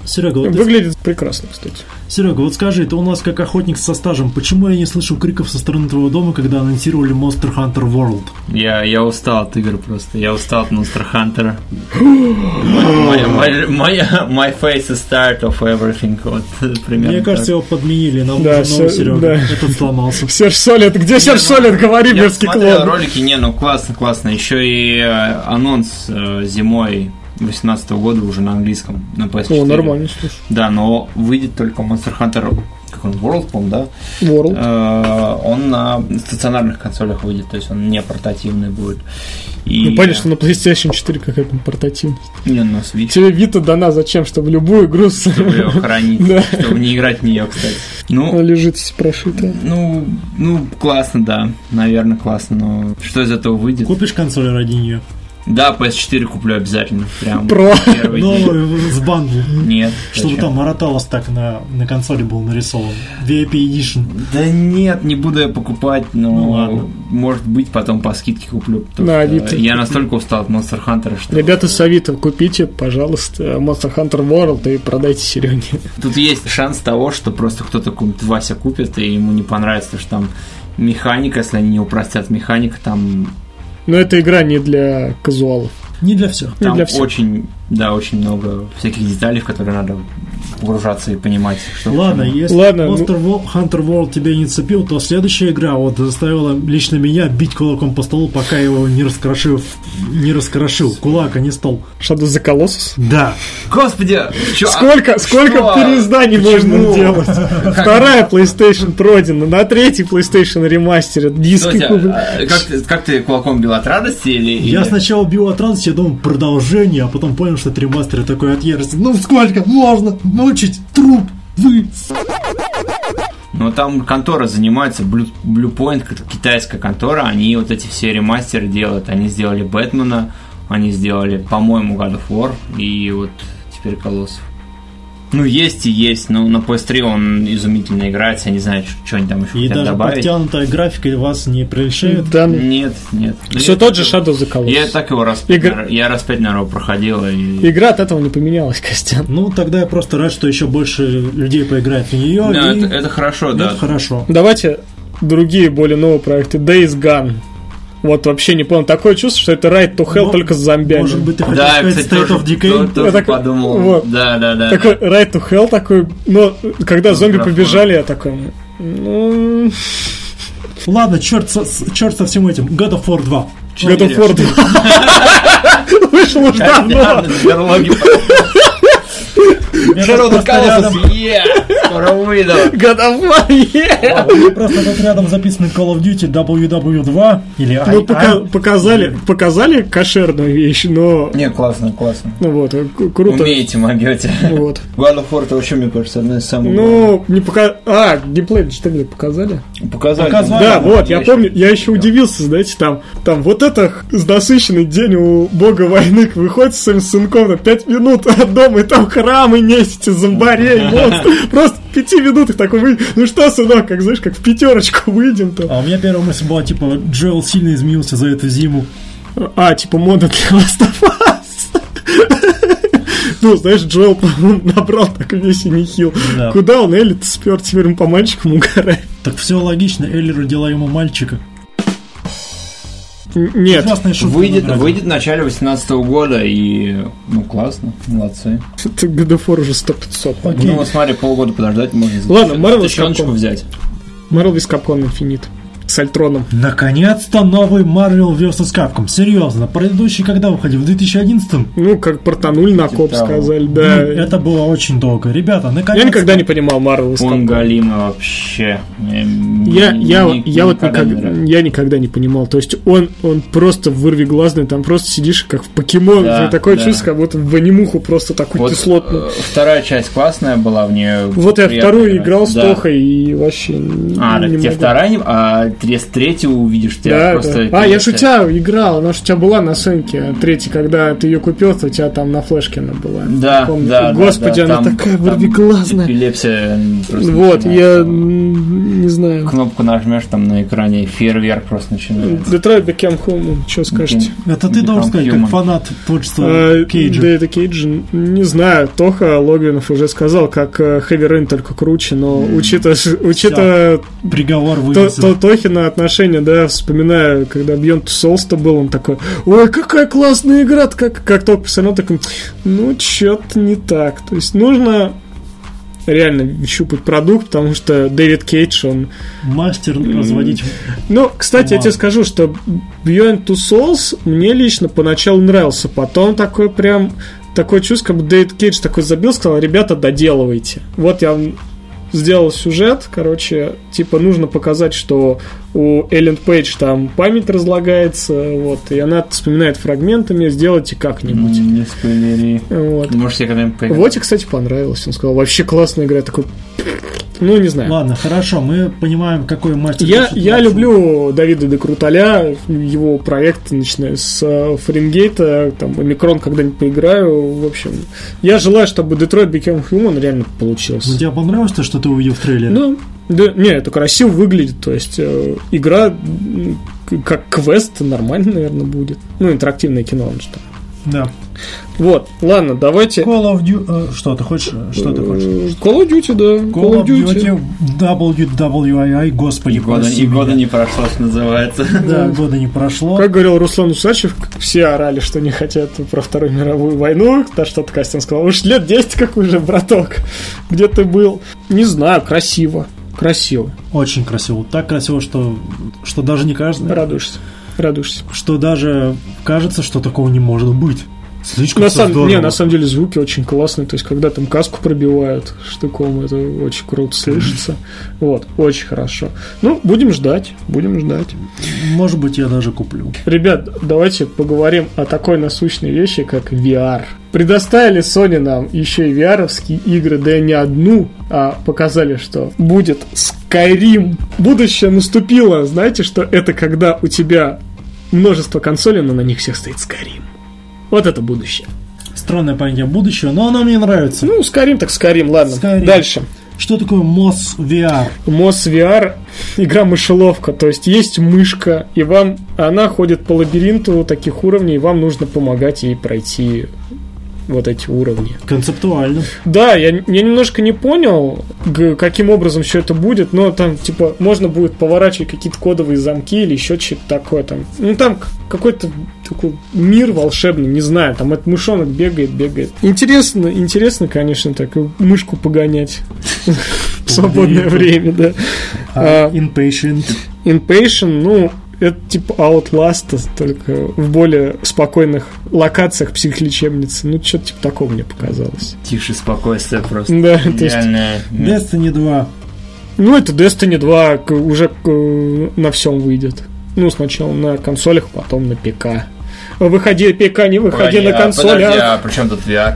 B: Серега, вот, ты-
A: выглядит прекрасно, кстати.
B: Серега, вот скажи, ты у нас как охотник со стажем, почему я не слышал криков со стороны твоего дома, когда анонсировали Monster Hunter World?
C: Я, я устал от игр просто. Я устал от Monster Hunter. Моя- моя- моя- My face is tired of everything. Вот э, примерно
B: Мне кажется,
C: так.
B: его подменили на
A: Да,
B: уже нового
A: Се-
B: Серега.
A: да.
B: Этот сломался.
A: Серж Солид, где Серж Солид? Говори,
C: ну, я
A: мерзкий
C: смотрел
A: клон.
C: ролики, не, ну классно, классно. Еще и э, анонс э, зимой 18 года уже на английском, на PS4.
A: О, нормально, слушай.
C: Да, но выйдет только Monster Hunter как он, World, по да?
A: World.
C: Э, он на стационарных консолях выйдет, то есть он не портативный будет. И...
A: Ну, понятно, что на PlayStation 4 какая-то там портативность.
C: Не, на Switch.
A: Тебе Вита дана зачем? Чтобы любую игру с-
C: чтобы ее хранить,
A: Да.
C: чтобы не играть в нее, кстати. Ну,
A: лежит прошитая.
C: ну, ну, классно, да, наверное, классно, но что из этого выйдет?
B: Купишь консоль ради нее?
C: Да, PS4 куплю обязательно, прям
A: Про.
C: первый
B: Ну,
C: день.
B: Новую с бандл.
C: Нет.
B: Чтобы
C: зачем?
B: там Мараталос так на, на консоли был нарисован. VIP Edition.
C: Да нет, не буду я покупать, но
B: Ну ладно.
C: может быть потом по скидке куплю. потому
A: На
C: что
A: Авито.
C: Я настолько устал от Monster Hunter, что...
A: Ребята с Авито, купите, пожалуйста, Monster Hunter World и продайте Сереге.
C: Тут есть шанс того, что просто кто-то какой-нибудь Вася купит, и ему не понравится, потому что там механика, если они не упростят механик, там,
A: Но эта игра не для казуалов.
B: Не для всех.
A: Не
C: там
A: для всех.
C: очень Да, очень много всяких деталей, в которые надо погружаться и понимать, что к
B: Ладно,
C: чему.
B: если
A: Ладно,
B: Monster Wo- Hunter World тебя не цепил, то следующая игра вот заставила лично меня бить кулаком по столу, пока его не раскрошил, не раскрошил кулак, а не стол.
A: Shadow за колоссус.
B: Да.
C: Господи, чё-
A: Сколько,
C: а,
A: сколько
C: что?
A: переизданий
C: Почему?
A: можно делать?
C: Как-
A: Вторая PlayStation пройдена, на третий PlayStation ремастере
C: Что
A: диски
C: у тебя,
A: купили.
C: а, как, ты, как ты кулаком бил от радости или...
B: Я
C: или-
B: сначала бил от радости, я думал продолжение, а потом понял, что это ремастер и такой от ярости. Ну сколько можно мучить труп? Вы. с-
C: Но там контора занимается, Blue, Blue Point, как китайская контора, они вот эти все ремастеры делают. Они сделали Бэтмена, они сделали, по-моему, God of War, и вот теперь Колоссов. Ну, есть и есть, но на PS3 он изумительно играется, я не знаю, что они там еще
B: И
C: хотят
B: даже
C: добавить.
B: подтянутая графика вас не прельщает.
A: Да, ну,
C: Нет, нет.
A: все
C: Я-
A: тот же Shadow за
C: Я
A: колоссус.
C: так его раз
A: Игра-
C: я раз пять, наверное, проходил. И...
A: Игра от этого не поменялась, Костян.
B: Ну, тогда я просто рад, что еще больше людей поиграет в нее.
C: Да,
B: и
C: это, это хорошо, да.
B: это хорошо.
A: Давайте другие более новые проекты. Days Gone. Вот вообще не понял. Такое чувство, что это Right to Hell
B: Мо-
A: только с зомбями.
B: Может быть, ты хотел
C: Да, я,
B: сказать
C: кстати,
B: State
C: тоже,
B: of Decay?
C: то- тоже
A: Я так-
C: подумал.
A: вот.
C: Да, да, да.
A: Такой Right to Hell такой. Но когда зомби
C: Графон.
A: побежали, я такой... Ну...
B: Ладно, черт со, с- черт со всем этим. God of War 2.
A: God of War 2. Вышел уж давно.
B: просто рядом-
C: Скоро выйду.
A: God of War, yeah.
B: У меня Просто тут рядом записан Call of Duty WW2 или I-
A: Ну, пока-
B: I-
A: показали, показали кошерную вещь, но...
C: Не, классно, классно.
A: Ну вот, к- круто.
C: Умеете, могете.
A: Вот.
C: God of War это вообще, мне кажется, одна из самых...
A: Ну, не пока... А, геймплей, что ли, показали?
C: показали.
B: показали.
A: А, Да,
B: Ладно,
A: вот, я
C: ещё-
A: помню, я еще удивился, знаете, там, там вот это х- насыщенный день у бога войны выходит со своим сынком на 5 минут от дома, и там храмы несете, зомбарей, монстров. Просто в 5 минутах такой, вы- ну что, сынок, как знаешь, как в пятерочку выйдем там.
B: А у меня первая мысль была, типа, Джоэл сильно изменился за эту зиму.
A: А, типа мода для Last of Us. Ну, знаешь, Джоэл по-моему, набрал так весь и нехил.
B: Да.
A: Куда он Элли спер, теперь он по мальчикам угорает.
B: Так все логично, Элли родила ему мальчика.
A: Н- Нет,
B: Ужасная шутка.
C: Выйдет,
B: номер один.
C: выйдет в начале 18 года и... Ну, классно, молодцы.
A: это God of War уже 100-500.
B: Окей.
C: Ну, вот смотри, полгода подождать можно.
A: Ладно, Marvel
C: Тыщеночку
A: Capcom.
C: взять.
A: Marvel vs. Capcom Infinite с Альтроном.
B: Наконец-то новый Marvel vs. Capcom. Серьезно, предыдущий когда выходил? В 2011
A: Ну, как портанули на
C: Типа
A: коп,
C: того.
A: сказали,
C: Ну,
B: Блин,
A: да.
B: Ну, Это было очень долго. Ребята, наконец
A: Э, Я никогда не понимал Marvel vs.
C: Он
A: Capcom.
C: галимый вообще. Эм,
A: Я, я, я вот никогда,
C: никогда...
A: я никогда не понимал. То есть он, он просто вырвиглазный, там просто сидишь как в покемон.
C: Да,
A: такое
C: да.
A: чувство, как будто в анимуху просто такую
C: Вот,
A: кислотную.
C: э, вторая часть классная была в нее.
A: Вот я вторую играл с
C: Да.
A: Тохой и вообще н-
C: А,
A: Ну, не
C: так тебе
A: могу.
C: вторая, не- а три- с третью увидишь, тебя
A: Да,
C: просто...
A: да. А, я
C: перестает.
A: шутя играл, она шутя была на Соньке а третья, когда ты ее купил, то у тебя там на флешке она была.
C: Да,
A: Помню.
C: да, да,
A: Господи,
C: да,
A: она
C: там-
A: такая
C: там
A: вырвиглазная.
C: Эпилепсия. м, просто
A: Вот, я
C: начинается.
A: м, не знаю.
C: Кнопку нажмешь там на экране, и фейерверк просто начинается.
A: Detroit Become Human, что скажете?
B: Это ты должен сказать,
C: Human.
B: как фанат творчества
A: А, Да,
B: Кейджа.
A: это Кейджи, не знаю, Тоха Логвинов уже сказал, как э, Heavy Rain только круче, но учитывая, учитывая
B: Приговор
A: то,
B: вынесен.
A: то- Тохина отношения, да, вспоминаю, когда Beyond Two Souls-то был, он такой, ой, какая классная игра, как, как только посмотрел, такой, ну, что-то не так. То есть нужно реально щупать продукт, потому что Дэвид Кейдж, он
B: Мастер разводить.
A: ну, кстати, я
B: Ладно.
A: тебе скажу, что Beyond Two Souls мне лично поначалу нравился, потом такой прям такое чувство, как бы Дэвид Кейдж такой забил, сказал, ребята, доделывайте. Вот я вам сделал сюжет, короче, типа нужно показать, что у Эллен Пейдж там память разлагается, вот, и она вспоминает фрагментами, сделайте как-нибудь.
C: М, Не спойлери.
A: Вот.
C: Может, я когда-нибудь поиграю.
A: Воте, кстати, понравилось. Он сказал, вообще классная игра. Я такой, ну, не знаю.
B: Ладно, хорошо, мы понимаем, какой мастер.
A: Я,
B: пишет
A: я
B: мастер.
A: люблю Давида де Крутоля, его проект, начиная с э, Фаренгейта, там, Омикрон когда-нибудь поиграю, в общем. Я желаю, чтобы Detroit Become Human реально
B: Ну,
A: получился.
B: тебе понравилось то, что ты увидел в трейлере?
A: Ну, да, не, это красиво выглядит, то есть э, игра м, к- как квест нормально, наверное, будет. Ну, интерактивное кино, он что.
B: Да.
A: Вот, ладно, давайте...
B: Call of Duty... э, что ты хочешь? Что ты хочешь?
A: Э, Call of Duty, да.
B: Call of Duty WWII, господи,
C: И года,
B: прости
C: и
B: меня.
C: года не прошло, что называется.
B: Да, года не прошло.
A: Как говорил Руслан Усачев, все орали, что не хотят про Вторую мировую войну. Да что-то Костян сказал, уж лет 10 как уже, браток. Где ты был? Не знаю, красиво. Красиво.
B: Очень красиво. Так красиво, что, что даже не кажется,
A: Радуешься. Радуешься.
B: что даже кажется, что такого не может быть. Слишком
A: На
B: всё
A: самом,
B: здорово.
A: не, на самом деле звуки очень классные, то есть когда там каску пробивают штыком, это очень круто слышится. Вот, очень хорошо. Ну, будем ждать, будем ждать.
B: Может быть, я даже куплю.
A: Ребят, давайте поговорим о такой насущной вещи, как VR. Предоставили Sony нам еще и VR-овские игры, да и не одну, а показали, что будет Skyrim. Будущее наступило. Знаете, что это когда у тебя множество консолей, но на них всех стоит Skyrim. Вот это будущее.
B: Странное понятие будущего, но оно мне нравится.
A: Ну, Skyrim так Skyrim, ладно.
B: Skyrim.
A: Дальше.
B: Что такое MOS VR?
A: Мос VR игра мышеловка, то есть есть мышка, и вам она ходит по лабиринту таких уровней, и вам нужно помогать ей пройти вот эти уровни.
B: Концептуально.
A: Да, я, я немножко не понял, г- каким образом все это будет, но там, типа, можно будет поворачивать какие-то кодовые замки или еще что-то такое там. Ну, там к- какой-то такой мир волшебный, не знаю, там этот мышонок бегает, бегает. Интересно, интересно, конечно, такую мышку погонять в свободное время, да.
B: А,
A: А.
B: Inpatient.
A: Inpatient, ну, это типа Outlast, только в более спокойных локациях психлечебницы. Ну, что-то типа такого мне показалось.
C: Тише, спокойствие просто.
A: Да, то есть,
C: Идеальное.
B: Destiny 2.
A: ну, это Destiny 2 к- уже к- на всем выйдет. Ну, сначала на консолях, потом на ПК. Выходи ПК, не выходи
C: Погоди,
A: на
C: а
A: консоль.
C: подожди,
A: а.
C: а при чем тут VR?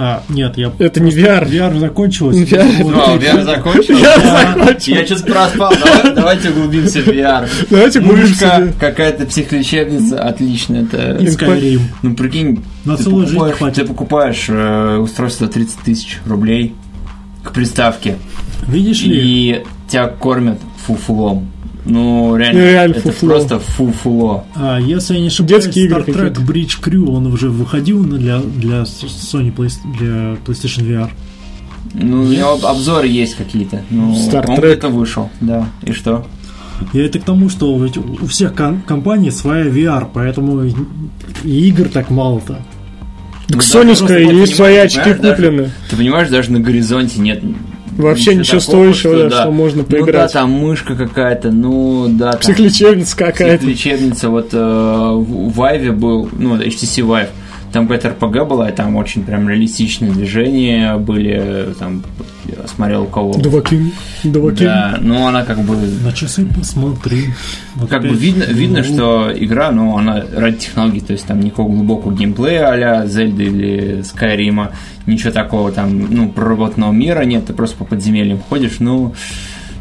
B: А, нет, я...
A: Это не VR.
B: VR закончилось.
A: VR.
B: Вот
C: Ну, а,
B: ты-
C: VR закончил?
A: Я
C: а Я
A: закончил.
C: что-то проспал, давай- давайте углубимся в VR.
A: Давайте будем
C: Мышка,
A: себе.
C: какая-то психлечебница, отлично, это...
B: И Skyrim.
C: Ну, прикинь,
B: На
C: ты
B: целую жизнь
C: покупаешь,
B: хватит.
C: ты покупаешь э, устройство 30 тысяч рублей к приставке,
B: Видишь ли?
C: и тебя кормят фуфлом. Ну, реально,
A: Ну, реально
C: это
A: фуфло.
C: просто фуфло.
B: А, если я не ошибаюсь,
A: Детские игры
B: Star Trek
A: какие-то.
B: Bridge Crew, он уже выходил на- для, для с- Sony Play- для PlayStation VR.
C: Ну, у него об- обзоры есть какие-то. Ну,
A: Star
C: он
A: Trek.
C: где-то вышел, да. И что?
B: Я это к тому, что ведь у всех кон- компаний своя VR, поэтому и и игр так мало-то.
A: Так
C: Ну, да,
A: Сонюшка,
C: просто
A: есть
C: понимаешь,
A: свои очки
C: понимаешь, даже-
A: куплены.
C: Ты понимаешь, даже на горизонте нет
A: Вообще ничего
C: такого,
A: стоящего, да, что можно
C: Ну да,
A: поиграть.
C: там мышка какая-то, ну да, там
A: Психлечебница какая-то.
C: психлечебница. Вот э, в Вайве был, ну, HTC Vive, там какая-то РПГ была, и там очень прям реалистичные движения были, там, я смотрел у кого.
A: Дуваки. Дуваки.
C: Да, ну она как бы...
B: На часы посмотри. Вот
C: Как бы
B: опять.
C: видно, видно,
B: Ну,
C: что игра, ну, она ради технологий, то есть там никакого глубокого геймплея а-ля Зельды или Скайрима, ничего такого там, ну, проработанного мира нет, ты просто по подземельям ходишь, ну,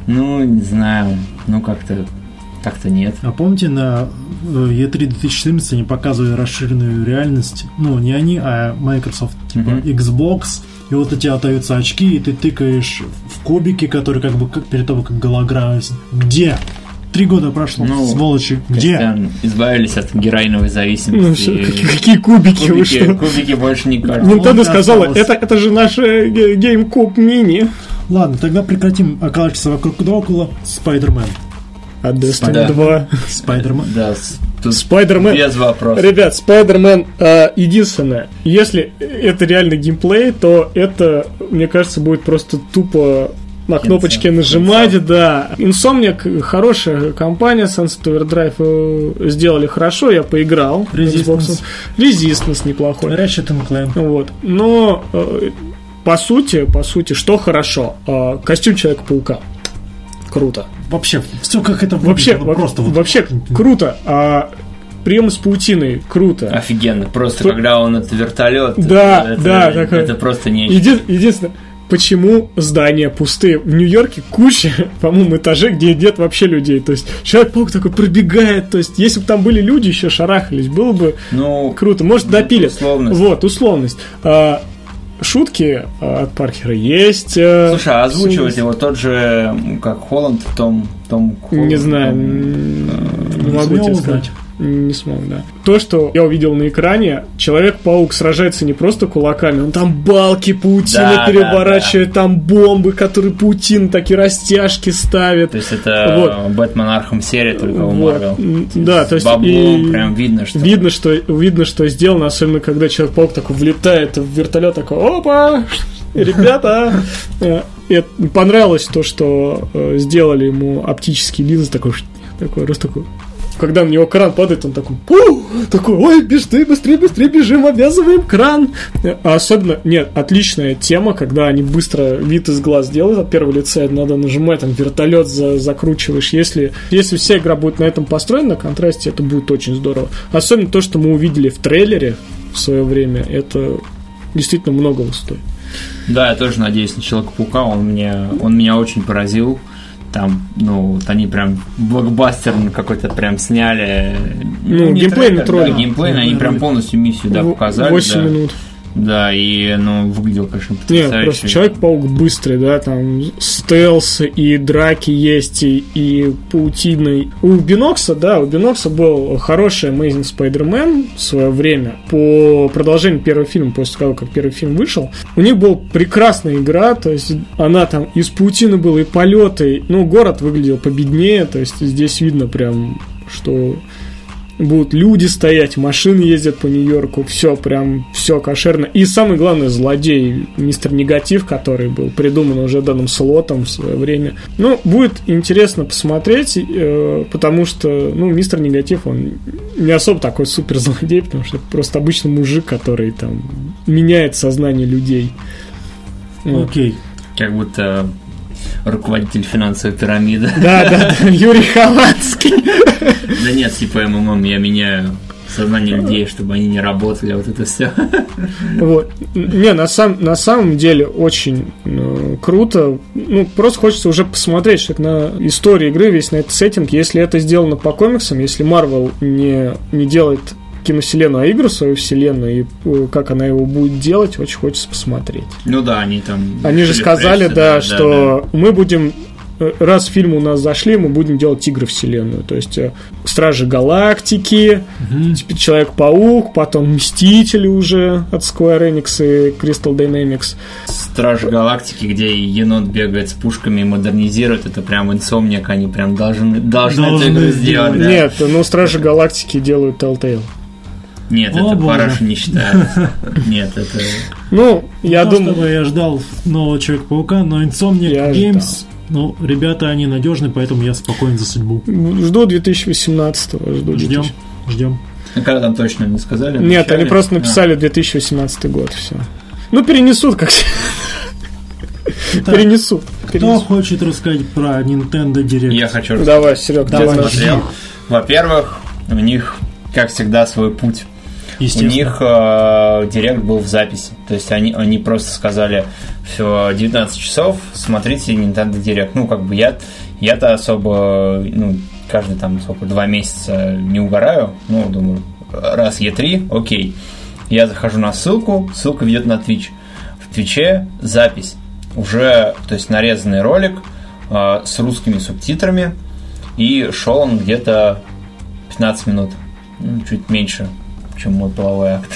C: ну, не знаю, ну, как-то, как-то нет.
B: А помните, на э, E3 2014 они показывали расширенную реальность? Ну, не они, а Microsoft, типа
C: Мгм.
B: Xbox. И вот у тебя отдаются очки, и ты тыкаешь в кубики, которые как бы как перед тобой как голограмма. висит. Где? Три года прошло,
C: Ну,
B: сволочи. Где?
C: Костян, избавились от героиновой
A: Ну
C: зависимости.
A: все, какие, какие кубики вы
C: кубики,
A: что?
C: кубики больше не кажутся.
A: Nintendo
B: Ну,
A: сказала,
B: осталось.
A: это, это же наш э, ге- GameCube мини.
B: Ладно, тогда прекратим околачиваться вокруг да около. Спайдермен.
A: А Destiny
C: Да.
A: 2.
B: Спайдермен.
C: Да, с- тут
A: Спайдермен.
C: без вопросов.
A: Ребят, Спайдермен э, единственное. Если это реально геймплей, то это, мне кажется, будет просто тупо на кнопочки нажимать, да. Insomniac хорошая компания, Sunset Overdrive э, сделали хорошо, я поиграл. с
B: Resistance.
A: Xbox. Resistance неплохой.
B: Ratchet and Clank.
A: Вот. Но э, по сути, по сути, что хорошо? Э, костюм Человека-паука. Круто.
B: Вообще, все как Ну, это выглядит,
A: Вообще,
B: оно
A: во-
B: просто вот
A: вообще круто. А прием с паутиной круто.
C: Офигенно, просто
A: Тут-
C: когда он это вертолет,
A: Да,
C: это,
A: да,
C: это,
A: такой-
C: просто не
A: Еди- единственное, почему здания пустые? В Нью-Йорке куча, по-моему, этажей, где нет вообще людей. То есть Человек-паук такой пробегает. То есть если бы там были люди, еще шарахались, было бы
C: Ну,
A: круто. Может, допилят.
C: условность.
A: Вот, условность. А, шутки а, от Паркера есть. а,
C: Слушай, а озвучивать
A: всё
C: его тот же, м, как Холланд, Том, Том
A: Не знаю,
C: Холланд,
A: м,
C: Том,
A: не
B: Не
A: могу
B: смел
C: А,
A: тебе
B: узнать.
A: сказать. не смог, да. То, что я увидел на экране, Человек-паук сражается не просто кулаками, он там балки паутины
C: Да, да,
A: переворачивает, там бомбы, которые паутин, такие растяжки ставит.
C: То есть это Бэтмен Архам серия только у
A: Вот.
C: Марвел.
A: М, Да, то
C: С
A: есть
C: баблом
A: и-
C: прям видно, что...
A: Видно, что видно, что сделано, особенно когда человек-паук такой влетает в вертолет, такой опа! Ребята! Э, и Понравилось то, что э, сделали ему оптические линзы, такой, ш- такой, раз такой. Когда на него кран падает, он такой, «Пу!» такой, ой, быстрее, быстрее, быстрее бежим, обвязываем кран. Э, А особенно, нет, отличная тема, когда они быстро вид из глаз делают от первого лица, надо нажимать, там вертолет за- закручиваешь. Если, если вся игра будет на этом построена, на контрасте, это будет очень здорово. Особенно то, что мы увидели в трейлере в свое время, это действительно многого стоит.
C: Да, я тоже надеюсь на Человека-паука, он меня, он меня очень поразил. Там, ну, вот они прям блокбастер какой-то прям сняли.
A: Ну,
C: не
A: геймплейный
C: трейлер, да,
A: ролик.
C: геймплейный, они прям полностью миссию, да,
A: В-
C: показали.
A: 8
C: да.
A: Ну, минут.
C: Да, и, ну, выглядел, конечно,
A: Нет,
C: потрясающе.
A: просто Человек-паук быстрый, да, там стелс и драки есть, и, и паутины. У Бинокса, да, у Бинокса был хороший Amazing Spider-Man в свое время, по продолжению первого фильма, после того, как первый фильм вышел. У них была прекрасная игра, то есть она там из паутины была, и полеты, ну, город выглядел победнее, то есть здесь видно прям, что будут люди стоять, машины ездят по Нью-Йорку, все прям, все кошерно. И самый главный злодей, мистер Негатив, который был придуман уже данным слотом в свое время. Ну, будет интересно посмотреть, э, потому что, ну, мистер Негатив, он не особо такой супер злодей, потому что это просто обычный мужик, который там меняет сознание людей. Вот.
B: Окей.
C: Как будто руководитель финансовой пирамиды.
A: Да, да, да, Юрий Хованский.
C: Да нет, типа МММ, я меняю сознание людей, чтобы они не работали, а вот это все.
A: Вот. Не, на, сам, на самом деле очень э, круто. Ну, просто хочется уже посмотреть, что это на истории игры, весь на этот сеттинг. Если это сделано по комиксам, если Marvel не, не делает киновселенную, а игру свою вселенную, и э, как она его будет делать, очень хочется посмотреть.
C: Ну да, они там...
A: Они же
C: решили
A: сказали,
C: прячься,
A: да, что мы будем э, раз фильмы у нас зашли, мы будем делать игры вселенную. То есть э, Стражи Галактики, теперь Типа, Человек-паук, потом Мстители уже от Square Enix и Crystal Dynamics.
C: Стражи Галактики, где и енот бегает с пушками и модернизирует, это прям инсомник, они прям должны, должны, эту
B: Должны
C: игру
B: сделать.
C: сделать. да.
A: Нет, ну Стражи Галактики делают Telltale.
C: Нет,
B: О,
C: это
B: боже.
C: параша не считается. Нет, это...
A: Ну, я
B: Ну,
A: думаю...
B: чтобы я ждал нового Человека-паука, но
A: Я
B: Insomniac
A: ждал.
B: Games, ну, ребята, они надежны, поэтому я спокоен за судьбу.
A: Жду 2018 жду. 2000.
B: Ждем, ждем.
C: А Когда там точно не сказали?
A: Нет,
C: обещали?
A: они просто
C: А.
A: написали 2018 год, все. Ну, перенесут как
B: Итак,
A: перенесут.
B: Кто
A: перенесут.
B: хочет рассказать про Nintendo Direct?
C: Я хочу
A: Давай, Серег,
B: Давай.
C: смотрел. Во-первых, у них, как всегда, свой путь. У
B: Естественно.
C: них э, директ был в записи. То есть они, они просто сказали, все, 19 часов, смотрите Nintendo Direct. Ну, как бы я, я-то особо, ну, каждый там, сколько, два месяца не угораю. Ну, думаю, раз E3, окей. Я захожу на ссылку, ссылка ведет на Twitch. В Твиче запись. Уже, то есть, нарезанный ролик э, с русскими субтитрами. И шел он где-то 15 минут. Ну, чуть меньше, чем мой половой акт.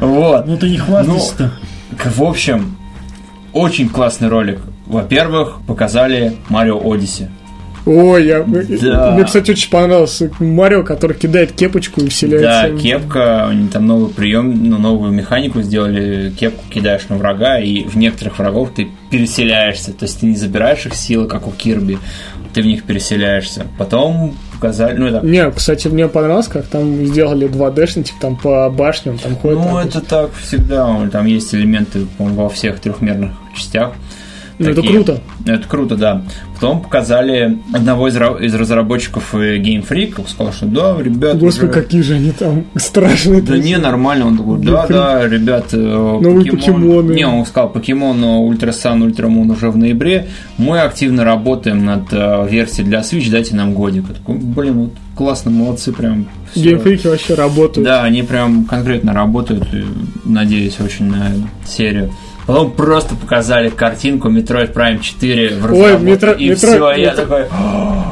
C: Вот.
B: Ну ты не хвастайся-то.
C: К- В общем, очень классный ролик. Во-первых, показали Марио Одиссе.
A: Ой, я...
C: Да.
A: мне, кстати, очень понравился Марио, который кидает кепочку и
C: Да,
A: вселяется.
C: кепка, они там новый прием, ну, новую механику сделали, кепку кидаешь на врага, и в некоторых врагов ты переселяешься, то есть ты не забираешь их силы, как у Кирби, ты в них переселяешься. Потом показали, ну, это...
A: Не, кстати, мне понравилось, как там сделали 2D-шник, типа там по башням там ходят.
C: Ну,
A: там,
C: это так всегда, там есть элементы, по-моему, во всех трехмерных частях.
A: Ну, это
C: такие.
A: круто.
C: Это круто, да. Потом показали одного из, ра- из разработчиков э, Game Freak, он сказал, что да, ребят,
A: Господи,
C: уже-
A: какие же они там страшные.
C: Да не, нормально, он такой, да,
A: Game Freak.
C: да, ребят, э,
A: Новые покемоны.
C: Не, он сказал, покемон э, Ультра Сан, Ультра Мун уже в ноябре, мы активно работаем над э, версией для Switch, дайте нам годик. Я такой, блин, вот классно, молодцы, прям. всё.
A: Геймфрики вообще работают.
C: э, Да, они прям конкретно работают, и, надеюсь, очень на серию. Потом просто показали картинку Metroid Prime 4 в
A: Ой,
C: разработке,
A: Метро-
C: и
A: Metroid-
C: все, я
A: Metro-
C: такой...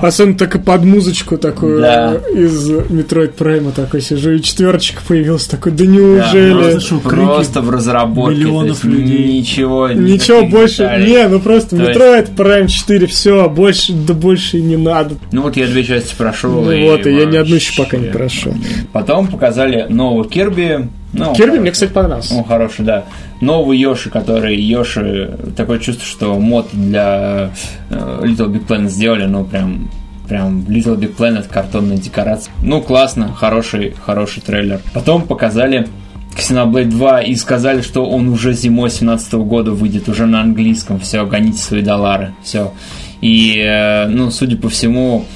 A: Особенно так и под музычку такую
C: Да.
A: э, из Metroid Prime такой сижу, и четверочка появился такой, да неужели?
B: просто шутка.
C: Просто в разработке.
B: миллионов
C: то есть
B: людей.
C: Ничего.
A: Ничего
C: никаких
A: больше,
C: деталей.
A: не, ну просто
C: То есть-
A: Metroid Prime 4, все, больше, да больше и не надо.
C: Ну вот я две части прошел.
A: Ну вот, и я ни одну еще пока не
C: вообще.
A: прошел.
C: Потом показали нового Кирби. Ну, он
A: Кирби мне,
C: хороший.
A: кстати, понравился.
C: Он хороший, да. Новый Йоши, который Йоши... Такое чувство, что мод для э, Little Big Planet сделали, ну прям прям Little Big Planet, картонная декорация. Ну, классно, хороший, хороший трейлер. Потом показали Xenoblade 2 и сказали, что он уже зимой 17 года выйдет, уже на английском, все, гоните свои доллары, все. И, э, ну, судя по всему,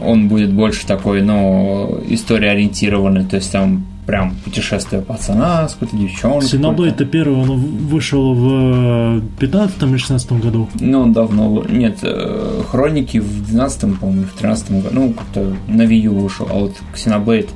C: он будет больше такой, ну, история ориентированный, то есть там прям путешествие пацана с какой-то девчонкой.
B: Xenoblade-то первый, он вышел в 15 или 16 году.
C: Ну, он давно... Нет, э, Хроники в 12 по-моему, в 13 году. Ну, как-то на Wii U вышел. А вот Xenoblade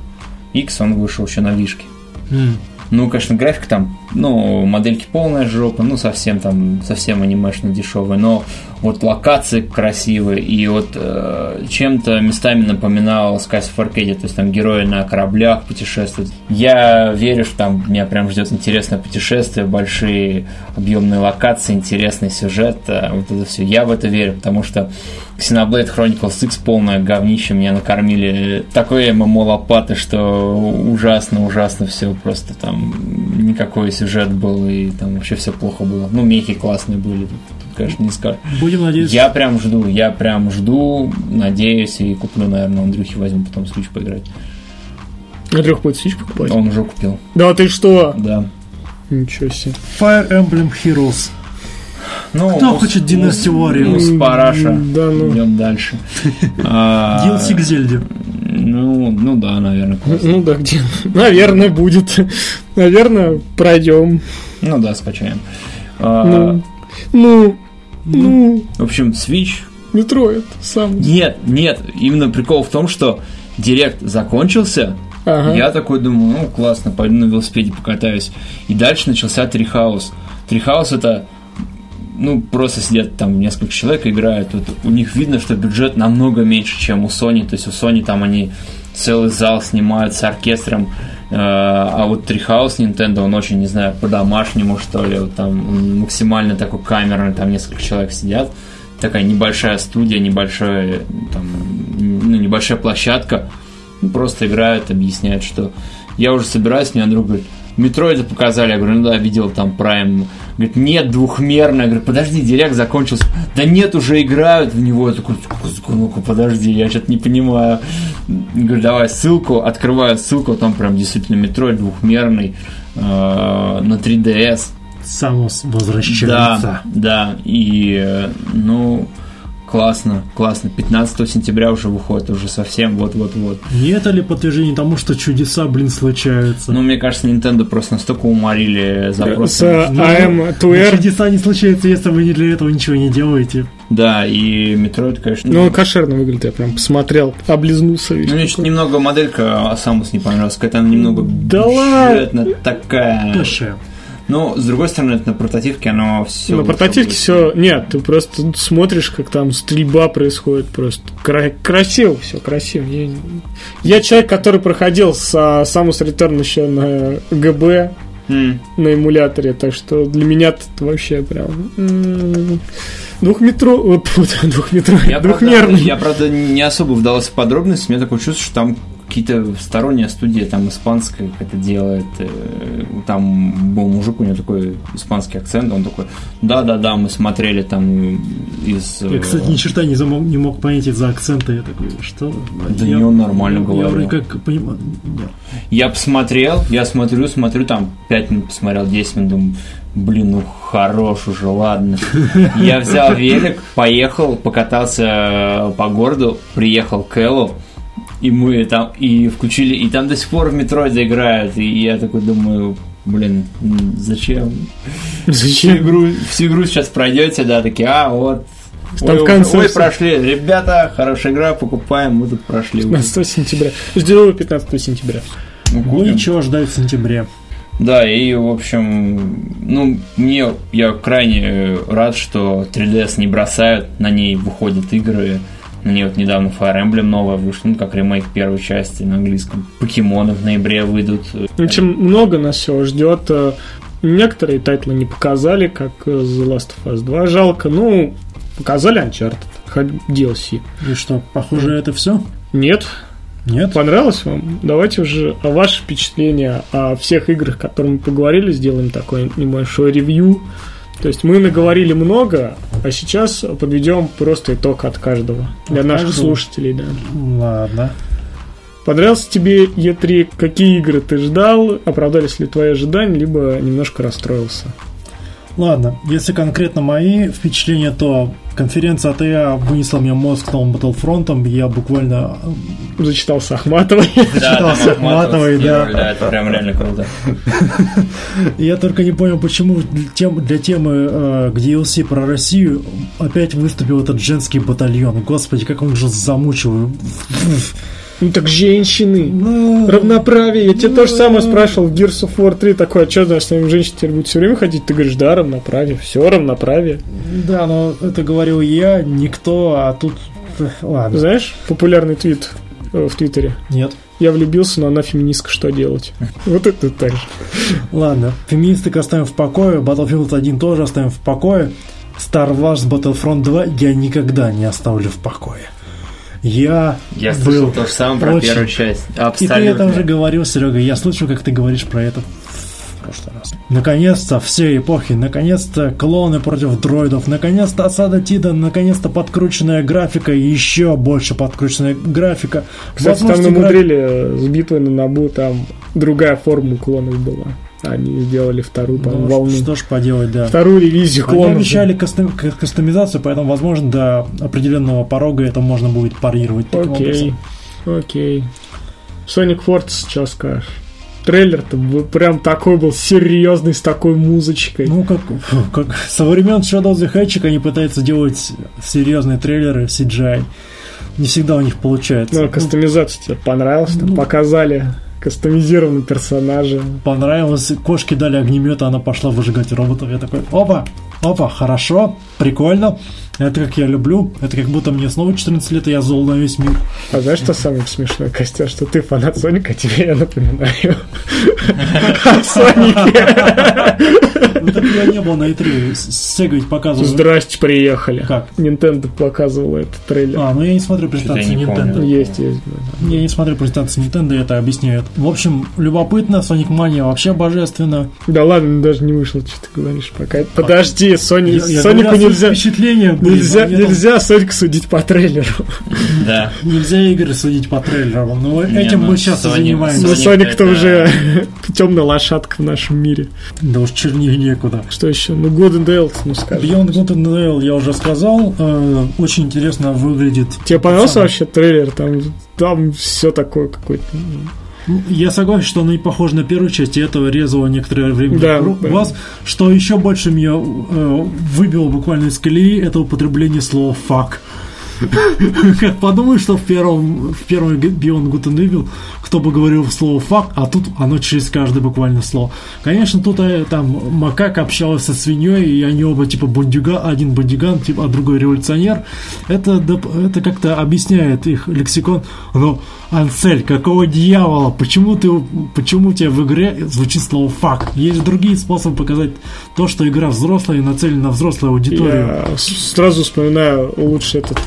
C: X, он вышел еще на Вишке.
B: М.
C: Ну, конечно, график там, ну, модельки полная жопа, ну, совсем там, совсем анимешно дешевые, но вот локации красивые, и вот э, чем-то местами напоминал Skies of Arcadia, то есть там герои на кораблях путешествуют. Я верю, что там меня прям ждет интересное путешествие, большие объемные локации, интересный сюжет, э, вот это все. Я в это верю, потому что Xenoblade Chronicles X полное говнище меня накормили такой ММО лопаты, что ужасно, ужасно все просто там никакой сюжет был и там вообще все плохо было. Ну, мехи классные были, тут, конечно, не скажешь.
B: Будем надеяться,
C: Я прям жду, я прям жду, надеюсь, и куплю, наверное, Андрюхи возьму потом Switch поиграть.
A: Андрюх будет свечку покупать.
C: Он уже купил,
A: Да ты что?
C: да.
A: Ничего себе.
B: Fire Emblem Heroes.
C: Ну,
B: Кто
C: ус-
B: хочет Dynasty
C: ус-
B: Warriors?
C: ус Параша.
A: Да ну.
C: Идем дальше. А,
B: DLC к Зельде.
C: Ну, ну да, наверное. классно.
A: Ну да, где? Наверное, будет. Наверное, пройдем.
C: Ну да, скачаем. А,
A: Ну, ну, ну,
C: В общем, Switch.
A: Метроид сам.
C: Нет, нет, именно прикол в том, что Директ закончился.
A: Ага.
C: Я такой думаю, ну классно, пойду на велосипеде покатаюсь. И дальше начался Трихаус. Трихаус это ну, просто сидят там несколько человек, играют. Вот у них видно, что бюджет намного меньше, чем у Sony. То есть у Sony там они целый зал снимают с оркестром. Э, А вот Трихаус Nintendo, он очень, не знаю, по-домашнему, что ли, вот там он максимально такой камерный, там несколько человек сидят. Такая небольшая студия, небольшая, там, ну, небольшая площадка. Ну, Просто играют, объясняют, что я уже собираюсь, мне друг говорит, Метроида показали, я говорю, ну да, видел там Prime. Говорит, нет, двухмерно. Я говорю, подожди, директ закончился. Да нет, уже играют в него. Я такой, «Сука, ну-ка, подожди, я что-то не понимаю. Говорю, давай ссылку, открываю ссылку, там прям действительно метро двухмерный э, на 3DS.
B: Само с-
C: Да,
B: возвращается.
C: да, и э, ну классно, классно. 15 сентября уже выходит, уже совсем вот-вот-вот.
B: Не это ли подтверждение тому, что чудеса, блин, случаются?
C: Ну, мне кажется, Nintendo просто настолько уморили
A: Э, С
C: запросы.
B: Ну, Но
A: АМ-2Р.
B: чудеса не случаются, если вы не для этого ничего не делаете.
C: Да, и Metroid, конечно...
A: Ну, он кошерно выглядит, я прям посмотрел, облизнулся весь.
C: Ну, мне чуть немного моделька Самус не понравилась, какая-то она немного
A: Да
C: бюджетно такая.
B: Дальше.
C: Но, с другой стороны, это на прототипке оно все...
A: На прототипке все. Нет, ты просто смотришь, как там стрельба происходит. Просто кра- красиво, все красиво. Я, я человек, который проходил с а, Samus Return еще на ГБ, на эмуляторе, так что для меня это вообще прям м, двухметро, э, фу, да, двухметро-
C: Я правда,
A: двухмерный.
C: я, правда, не особо вдавался в подробности, у меня такое чувство, что там какие-то сторонняя студия, там испанская какая-то делает, э, там был мужик, у него такой испанский акцент, он такой, да-да-да, мы смотрели там из... э,
B: Я, кстати, ни черта не, замок- не мог понять из-за акцента. Я такой, что?
C: Да
B: Я-
C: не, он нормально
B: я
C: говорил.
B: вроде как понимаю. да.
C: Я посмотрел, я смотрю, смотрю, там 5 минут посмотрел, 10 минут, думаю, блин, ну хорош уже, ладно. Я взял велик, поехал, покатался э, по городу, приехал к Эллу, и мы там, и включили, и там до сих пор в метро играют, и я такой думаю, блин, м, зачем? Всю
A: Зачем?
C: игру, всю игру сейчас пройдете, да, такие, а, вот,
A: Там
C: ой,
A: в конце
C: ой,
A: всё.
C: прошли, ребята, хорошая игра, покупаем, мы тут прошли.
A: 15 сентября. Жду 15 сентября.
C: Ну, купим.
B: Ничего ждать в сентябре.
C: Да, и, в общем, ну, мне, я крайне рад, что 3DS не бросают, на ней выходят игры. На ней вот недавно Fire Emblem новая вышла, ну, как ремейк первой части на английском. Покемоны в ноябре выйдут.
A: В общем, много нас всего ждет. Некоторые тайтлы не показали, как The Last of Us 2, жалко. Ну, показали Uncharted, хоть DLC.
B: И что, похоже, это все?
A: Нет,
B: Нет?
A: понравилось вам? Давайте уже о ваши впечатления о всех играх, о которых мы поговорили, сделаем такое небольшое ревью. То есть мы наговорили много, а сейчас подведем просто итог от каждого. Для
B: От
A: наших
B: каждого?
A: слушателей, да.
B: Ладно.
A: Понравился тебе E3? Какие игры ты ждал? Оправдались ли твои ожидания, либо немножко расстроился?
B: Ладно, если конкретно мои впечатления, то конференция от EA вынесла мне мозг новым Battlefront, я буквально...
A: Зачитался Ахматовой.
C: Да, там
B: Читался
C: Ахматова
B: Ахматовой, да.
C: скинули, да, это прям реально круто.
B: Я только не понял, почему для, тем- для темы э, к DLC про Россию опять выступил этот женский батальон. Господи, как он же замучил.
A: Ну так женщины.
B: Ну,
A: Равноправие. Я тебя то же самое спрашивал в Gears of War 3. Такое, а что, значит, с нами женщины теперь будут все время ходить? Ты говоришь, да, равноправие. Все равноправие.
B: Да, но это говорил я, никто, а тут... Ладно.
A: Знаешь, популярный твит э, в Твиттере.
B: Нет.
A: Я влюбился, но она феминистка, что делать? Вот это так же.
B: Ладно, феминисток оставим в покое, Battlefield 1 тоже оставим в покое. Star Wars Battlefront 2 я никогда не оставлю в покое. Я,
C: Я слышал
B: был...
C: то же самое про
B: Очень.
C: первую часть.
B: И ты это уже
C: Абсолютно.
B: говорил, Серега, я слышу, как ты говоришь про это в прошлый раз. Наконец-то все эпохи, наконец-то клоны против дроидов, наконец-то осада Тида, наконец-то подкрученная графика и еще больше подкрученная графика.
A: Кстати, там
B: Возможности гра-
A: намудрили э, с битвой на Набу, там другая форма клонов была. Они сделали вторую, по-моему,
B: Ну,
A: волну.
B: Что ж поделать, да.
A: Вторую ревизию
B: Они
A: клонов.
B: обещали кастом- к- кастомизацию, поэтому, возможно, до определенного порога это можно будет парировать. таким
A: Окей,
B: образом.
A: окей. Sonic Forces, что скажешь? Трейлер-то был прям такой был серьезный, с такой музычкой.
B: Ну, как, фу, как со времен Shadow of the Hedgehog они пытаются делать серьезные трейлеры CGI. Не всегда у них получается.
A: Ну, а
B: Ну,
A: кастомизация тебе понравилась, там
B: ну.
A: показали кастомизированного персонажа.
B: понравилось, кошки дали огнемет, а она пошла выжигать роботов. Я такой, опа, опа, хорошо, прикольно. Это как я люблю. Это как будто мне снова 14 лет, и я зол на весь мир.
A: А знаешь, что самое смешное, Костя, что ты фанат Соника, тебе я напоминаю о Сонике.
B: Ну, так я не был на E3. С- Сега ведь показывал.
A: Здрасте, приехали.
B: Как?
A: Nintendo показывала этот трейлер. Ну,
B: А, ну я не смотрю презентации
C: я не помню.
B: Nintendo.
A: Есть, есть.
B: Я не смотрю презентации Nintendo, и это объясняет. В общем, любопытно, Sonic Mania вообще божественно.
A: Да ладно, даже не вышло, что ты говоришь пока. Подожди, Сони-
B: Я- я
A: Сонику
B: говорю,
A: нельзя...
B: Впечатление, блин,
A: Нельзя,
B: а мне там-
A: нельзя Сонику судить по трейлеру.
C: Да.
B: нельзя игры судить по трейлеру. Но
C: Не,
B: этим
C: ну,
B: мы сейчас и
C: Sonic-
B: занимаемся.
A: Но
C: Соник
A: Соник-то
C: это-
A: уже темная лошадка в нашем мире.
B: Да уж чернее некуда.
A: Что еще? Ну, Good and Elf, ну скажем.
B: Beyond Good and Evil я уже сказал. э, очень интересно выглядит.
A: Тебе понравился
B: Самый.
A: вообще трейлер? Там, там все такое какое-то...
B: Ну, Я согласен, что она и похожа на первую часть, и этого резало некоторое время
A: Да,
B: ру-
A: да.
B: глаз. Что еще больше меня э, выбило буквально из колеи, это употребление слова «фак». Как подумаешь, что в первом, в первом Г- Beyond Good and Evil кто бы говорил слово «фак», а тут оно через каждое буквально слово. Конечно, тут э, там макак общался со свиньей, и они оба типа бандюга, один бандюган, типа, а другой революционер. Это, доп- это как-то объясняет их лексикон. Но, Ансель, какого дьявола? Почему ты, почему у тебя в игре звучит слово «фак»? Есть другие способы показать то, что игра взрослая и нацелена на взрослую аудиторию.
A: Я с- сразу вспоминаю лучше этот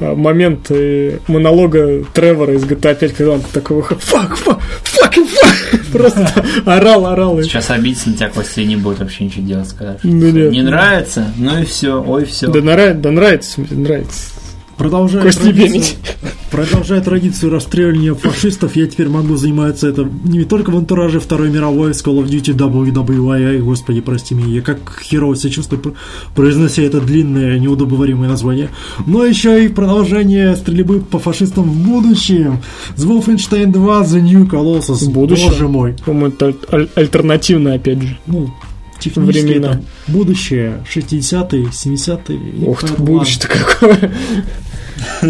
A: а, момент э, монолога Тревора из GTA 5, когда он такой выходит, фак, фак, фак, фак, просто орал, орал. и-
C: Сейчас обидеться на тебя, Костя, и не будет вообще ничего делать, скажешь.
A: Ну, нет.
C: Не нравится? Ну и все, ой, все.
A: Да, нрав- да нравится, мне нравится.
B: Продолжая
A: Кость, не бей
B: традицию- Продолжая традицию расстреливания фашистов, я теперь могу заниматься этим не только в антураже Второй мировой, с Call of Duty, WWE, господи, прости меня, я как херово себя чувствую, пр- произнося это длинное, неудобоваримое название, но еще и продолжение стрельбы по фашистам в будущем. С Wolfenstein 2 The New Colossus.
A: В будущем?
B: Боже мой.
A: По-моему, это аль- аль- альтернативно, опять же.
B: Ну, технически
A: Времена.
B: это будущее 60-е, 70-е. и
A: Ух ты,
B: поэтому
A: будущее-то какое.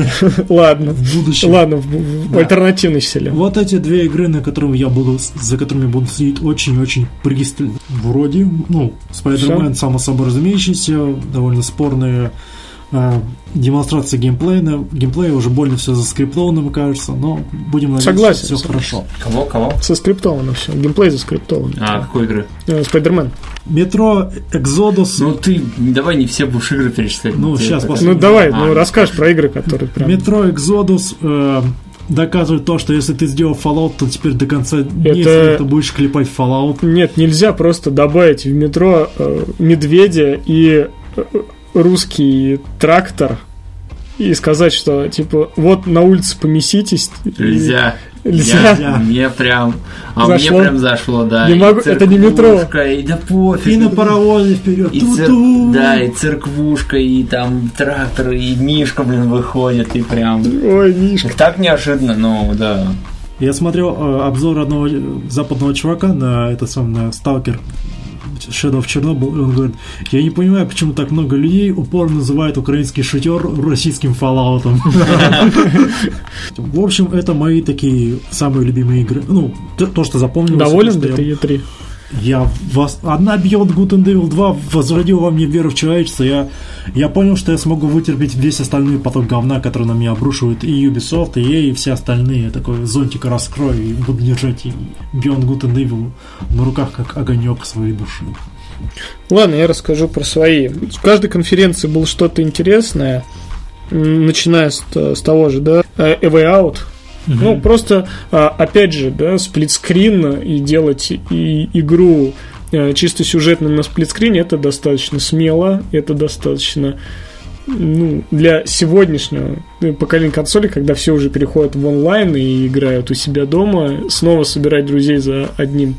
A: Ладно.
B: в будущем.
A: Ладно, в- в в
B: Да.
A: альтернативной селе.
B: Вот эти две игры, на которых я буду, за которыми буду следить очень-очень пристально. Вроде, ну, Spider-Man, само собой разумеющийся, довольно спорные э, демонстрации геймплея, на- геймплея уже больно все заскриптованным, кажется, но будем надеяться,
A: Согласен,
B: все
A: согласен.
B: хорошо.
C: Кого, кого?
A: Соскриптовано все. Геймплей заскриптован.
C: А, какой игры?
A: Э, Спайдермен.
B: Метро, Экзодус,
C: Ну ты давай не все будешь игры перечислять.
B: Ну,
C: Тебе
B: щас
C: это-
B: посмотрим.
A: Ну давай,
C: А.
A: ну расскажешь про игры, которые прям.
B: Метро Экзодус э, доказывает то, что если ты сделал Fallout, то теперь до конца дней
A: Это-
B: своих ты будешь клепать Fallout.
A: Нет, нельзя просто добавить в метро э, медведя и э, русский трактор и сказать, что типа вот на улице помеситесь. и-
C: Нельзя.
A: Нельзя.
C: Я- мне прям. А
A: Зашло?
C: мне прям зашло, да.
A: Не
C: И
A: могу- это не метро.
C: церквушка, И да пофиг.
B: И на паровозе вперед.
C: И цер- Да, и церквушка, и там трактор, и Мишка, блин, выходит, и прям...
A: Ой, Миш.
C: Так неожиданно, ну, да.
B: Я смотрел э, обзор одного э, западного чувака на этот самый на Сталкер Shadow of Chernobyl, и он говорит, я не понимаю, почему так много людей упорно называют украинский шутер российским фоллаутом. В общем, это мои такие самые любимые игры. Ну, т- то, что запомнил.
A: Доволен ли ты Е3?
B: Я вас... Одна Beyond Good and Evil 2 возродила во мне веру в человечество. Я, я понял, что я смогу вытерпеть весь остальной поток говна, который на меня обрушивает и Ubisoft, и EA, и все остальные. Я такой зонтик раскрою и буду держать и Beyond Good and Evil на руках, как огонек своей души.
A: Ладно, я расскажу про свои. В каждой конференции было что-то интересное, м, начиная с, т- с того же, да, э, A Way Out. Ну, просто, а, опять же, да, сплитскрин и делать и игру э, чисто сюжетную на сплитскрине, это достаточно смело, это достаточно ну, для сегодняшнего э, поколения консолей, когда все уже переходят в онлайн и играют у себя дома, снова собирать друзей за одним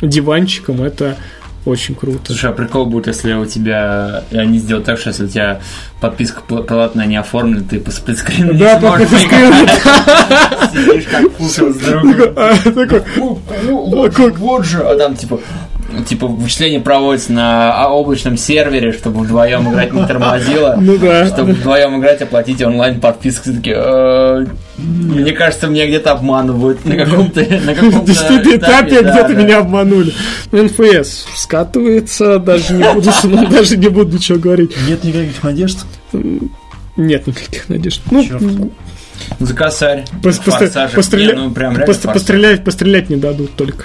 A: диванчиком, это очень круто.
C: Слушай, а прикол будет, если у тебя... Они сделают так, что если у тебя подписка пла- платная не оформлена, ты по сплитскрину
A: Да,
C: не
A: по
C: сможешь
A: сплитскрину.
C: играть. Сидишь как пушил с другом.
A: А, такой,
C: Ну, ну, вот же, вот же. А там, типа, типа вычисление проводится на а, облачном сервере, чтобы вдвоем играть не тормозило.
A: Ну да.
C: Чтобы вдвоем играть, оплатить онлайн подписку. Все такие, «Э, мне кажется, меня где-то обманывают на каком-то на
A: В
C: каком-то
A: действительно этапе
C: Ну, да,
A: где-то
C: да.
A: меня обманули. Ну, НФС скатывается, даже не буду, даже не буду ничего говорить.
B: Нет никаких надежд.
A: Нет никаких надежд. Ну,
B: Чёрт.
C: Ну, За косарь.
A: Пос- пострел-
C: Форсажа.
A: постреля-
C: Не, ну, прям реально
A: Просто
C: форсаж.
A: пострелять, пострелять не дадут только.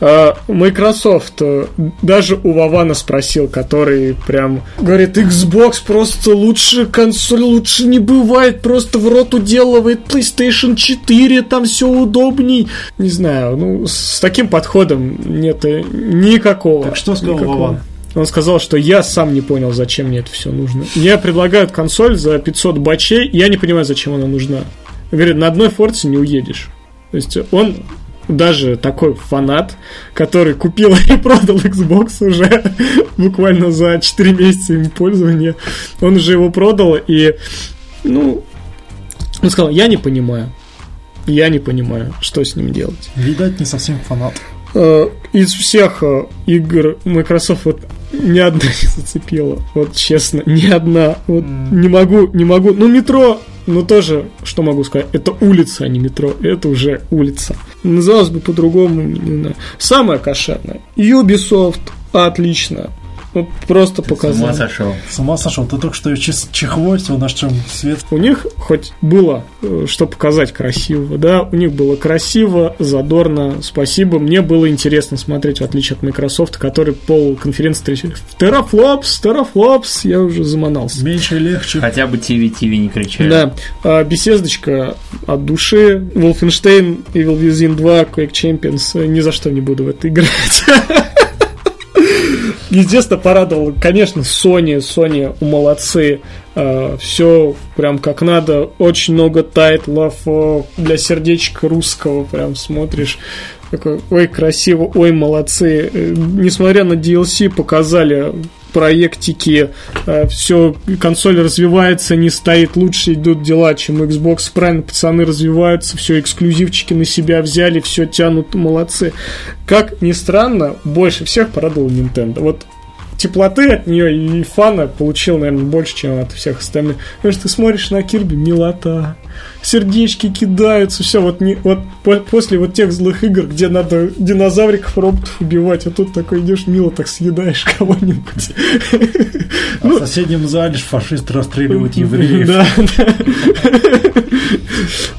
A: А, Microsoft э, даже у Вавана спросил, который прям говорит, Xbox просто лучше консоль, лучше не бывает, просто в рот уделывает PlayStation 4, там все удобней. Не знаю, ну, с таким подходом нет э, никакого.
B: Так что сказал
A: никакого.
B: Вован?
A: Он сказал, что я сам не понял, зачем мне это все нужно. Мне предлагают консоль за 500 бачей, я не понимаю, зачем она нужна. Говорит, на одной форте не уедешь. То есть он даже такой фанат, который купил и продал Xbox уже буквально за 4 месяца им пользования, он уже его продал и, ну, он сказал, я не понимаю. Я не понимаю, что с ним делать.
B: Видать, не совсем фанат.
A: Э, из всех э, игр Microsoft вот ни одна не зацепила. Вот честно, ни одна. Вот
B: М.
A: не могу, не могу. Ну, метро, ну тоже, что могу сказать, это улица, а не метро. Это уже улица. Называлось бы по-другому, не знаю. Самое кошерное. Ubisoft, отлично. Вот просто
C: Ты С ума
A: показал.
C: сошел.
B: С ума сошел. Ты только что чих- чехвостил наш чем свет.
A: У них хоть было э, что показать красивого, да, у них было красиво, задорно, спасибо. Мне было интересно смотреть, в отличие от Microsoft, который пол конференции трещит. Терафлопс, терафлопс, я уже заманался.
B: Меньше и легче.
C: Хотя бы ТВ, ТВ не кричали.
A: Да, а, беседочка от души. Wolfenstein, Evil Within 2, Quake Champions. Э, Ни за что не буду в это играть. Естественно, порадовал, конечно, Sony. Sony молодцы. Все прям как надо. Очень много тайтлов э, для сердечка русского. Прям смотришь. Такой, ой, красиво, ой, молодцы. Э, Несмотря на DLC, показали проектики, все, консоль развивается, не стоит, лучше идут дела, чем Xbox, правильно, пацаны развиваются, все, эксклюзивчики на себя взяли, все тянут, молодцы. Как ни странно, больше всех порадовал Nintendo. Вот теплоты от нее и фана получил, наверное, больше, чем от всех остальных. Потому что ты смотришь на Кирби, милота. Сердечки кидаются, все, вот, не, вот по- после вот тех злых игр, где надо динозавриков, роботов убивать, а тут такой идешь, мило так съедаешь кого-нибудь.
B: А в соседнем зале ж фашисты расстреливают евреев.
A: Да, да.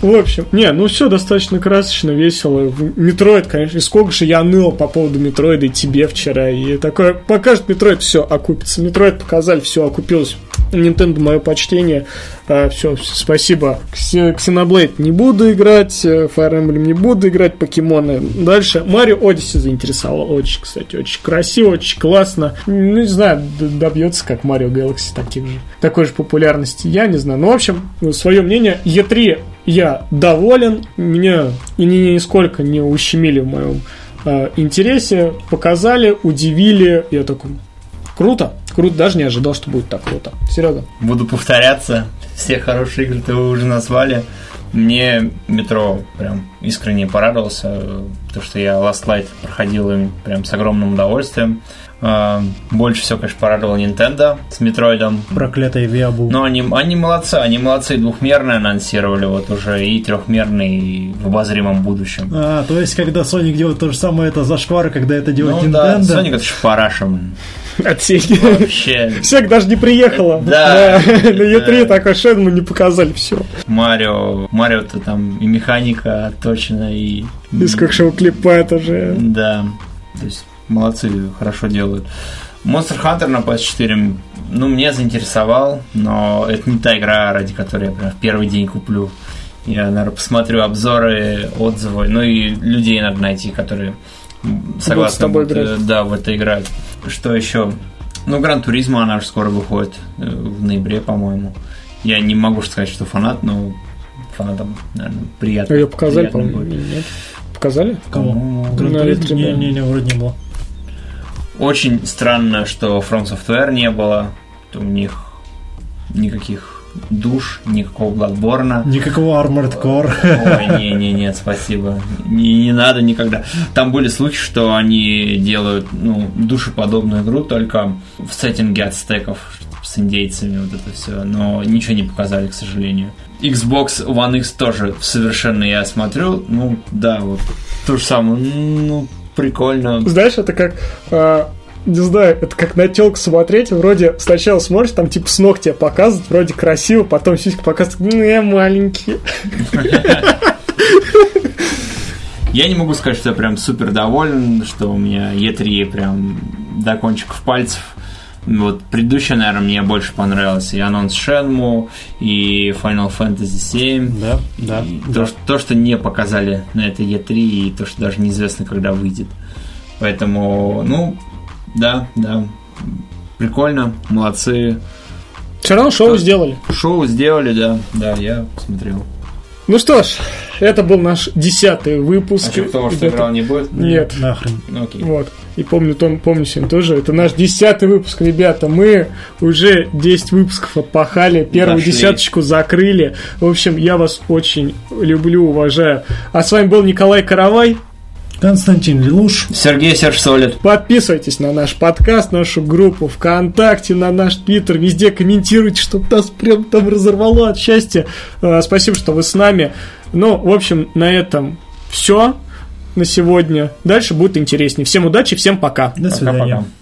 A: В общем, не, ну все достаточно красочно, весело. Метроид, конечно, и сколько же я ныл по поводу Метроида и тебе вчера. И такое, покажет Метроид, все, окупится. Метроид показали, все, окупилось. Nintendo мое почтение. все, спасибо. Ксе- Xenoblade не буду играть, э, Fire Emblem не буду играть, покемоны. Дальше. Марио Odyssey заинтересовало. Очень, кстати, очень красиво, очень классно. Ну, не знаю, д- добьется, как Марио Galaxy таких же. Такой же популярности, я не знаю. Ну, в общем, свое мнение. E3 я доволен. Меня ни- ни- нисколько не ущемили в моем э, интересе. Показали, удивили. Я такой, круто. Круто, даже не ожидал, что будет так круто. Серега.
C: Буду повторяться. Все хорошие игры-то вы уже назвали. Мне метро прям искренне порадовался. э, То, что я Last Light проходил им прям с огромным удовольствием. Э, Больше всего, конечно, порадовал Nintendo с метроидом.
B: Проклятая Виабу.
C: Но они, они молодцы, они молодцы, и двухмерные анонсировали вот уже, и трехмерный и в обозримом будущем.
B: А, то есть, когда Соник делает то же самое, это зашквар, когда это делает
C: Ну да,
B: Nintendo.
C: Соник это шпараша, блин.
A: Отсеки.
C: Вообще,
A: Всех даже не приехала.
C: Да.
A: На E3
C: Да.
A: такой шед мы не показали все.
C: Марио, Марио-то там и механика отточена, и...
A: Из как же его клепает уже.
C: Да, то есть молодцы, хорошо делают. Monster Hunter на PS4, ну, меня заинтересовал, но это не та игра, ради которой я прям в первый день куплю. Я, наверное, посмотрю обзоры, отзывы, ну и людей надо найти, которые м, согласны
A: с тобой
C: будут, э, да, в это играть. Что еще? Ну, Гран Туризма, она же скоро выходит, э, в ноябре, по-моему. Я не могу сказать, что фанат, но фанатам, наверное, приятно.
A: Ее А показали,
C: приятно
A: по-моему,
C: будет.
A: или нет? Показали?
C: По-моему,
A: Гран- на
B: Гран-туризм?
A: E3, да.
B: Не-не-не, вроде не было.
C: Очень странно, что From Software не было. У них никаких душ, никакого Bloodborne.
B: Никакого Armored Core.
C: Ой, не, не, нет, спасибо. Не, не надо никогда. Там были слухи, что они делают ну, душеподобную игру только в сеттинге ацтеков с индейцами, вот это все. Но ничего не показали, к сожалению. Xbox One X тоже совершенно я смотрю. Ну, да, вот то же самое. Ну, прикольно.
A: Знаешь, это как... э, не знаю, это как на телку смотреть, вроде сначала смотришь, там типа с ног тебе показывают, вроде красиво, потом сиська показывает, ну я маленький.
C: Я не могу сказать, что я прям супер доволен, что у меня Е3 прям до кончиков пальцев. Вот предыдущая, наверное, мне больше понравилась. И анонс Шенму, и Final Fantasy VII.
B: Да, да.
C: И то, что, то, что не показали на этой Е3, и то, что даже неизвестно, когда выйдет. Поэтому, ну, да, да. Прикольно, молодцы.
A: Все равно шоу
C: Так.
A: сделали.
C: Шоу сделали, да. Да, я смотрел.
A: Ну что ж, это был наш десятый выпуск. Это-
C: не будет? Ну,
A: Нет.
B: Нахрен.
C: Окей.
A: Вот. И помню, Том, помню сегодня тоже. Это наш десятый выпуск, ребята. Мы уже 10 выпусков отпахали, первую
C: Дошли.
A: десяточку закрыли. В общем, я вас очень люблю, уважаю. А с вами был Николай Каравай.
B: Константин Лелуш.
C: Сергей Серж Солид.
A: Подписывайтесь на наш подкаст, нашу группу ВКонтакте, на наш Твиттер. Везде комментируйте, чтобы нас прям там разорвало от счастья. Э, Спасибо, что вы с нами. Ну, в общем, на этом все на сегодня. Дальше будет интереснее. Всем удачи, всем пока.
B: До свидания.
C: А Пока-пока.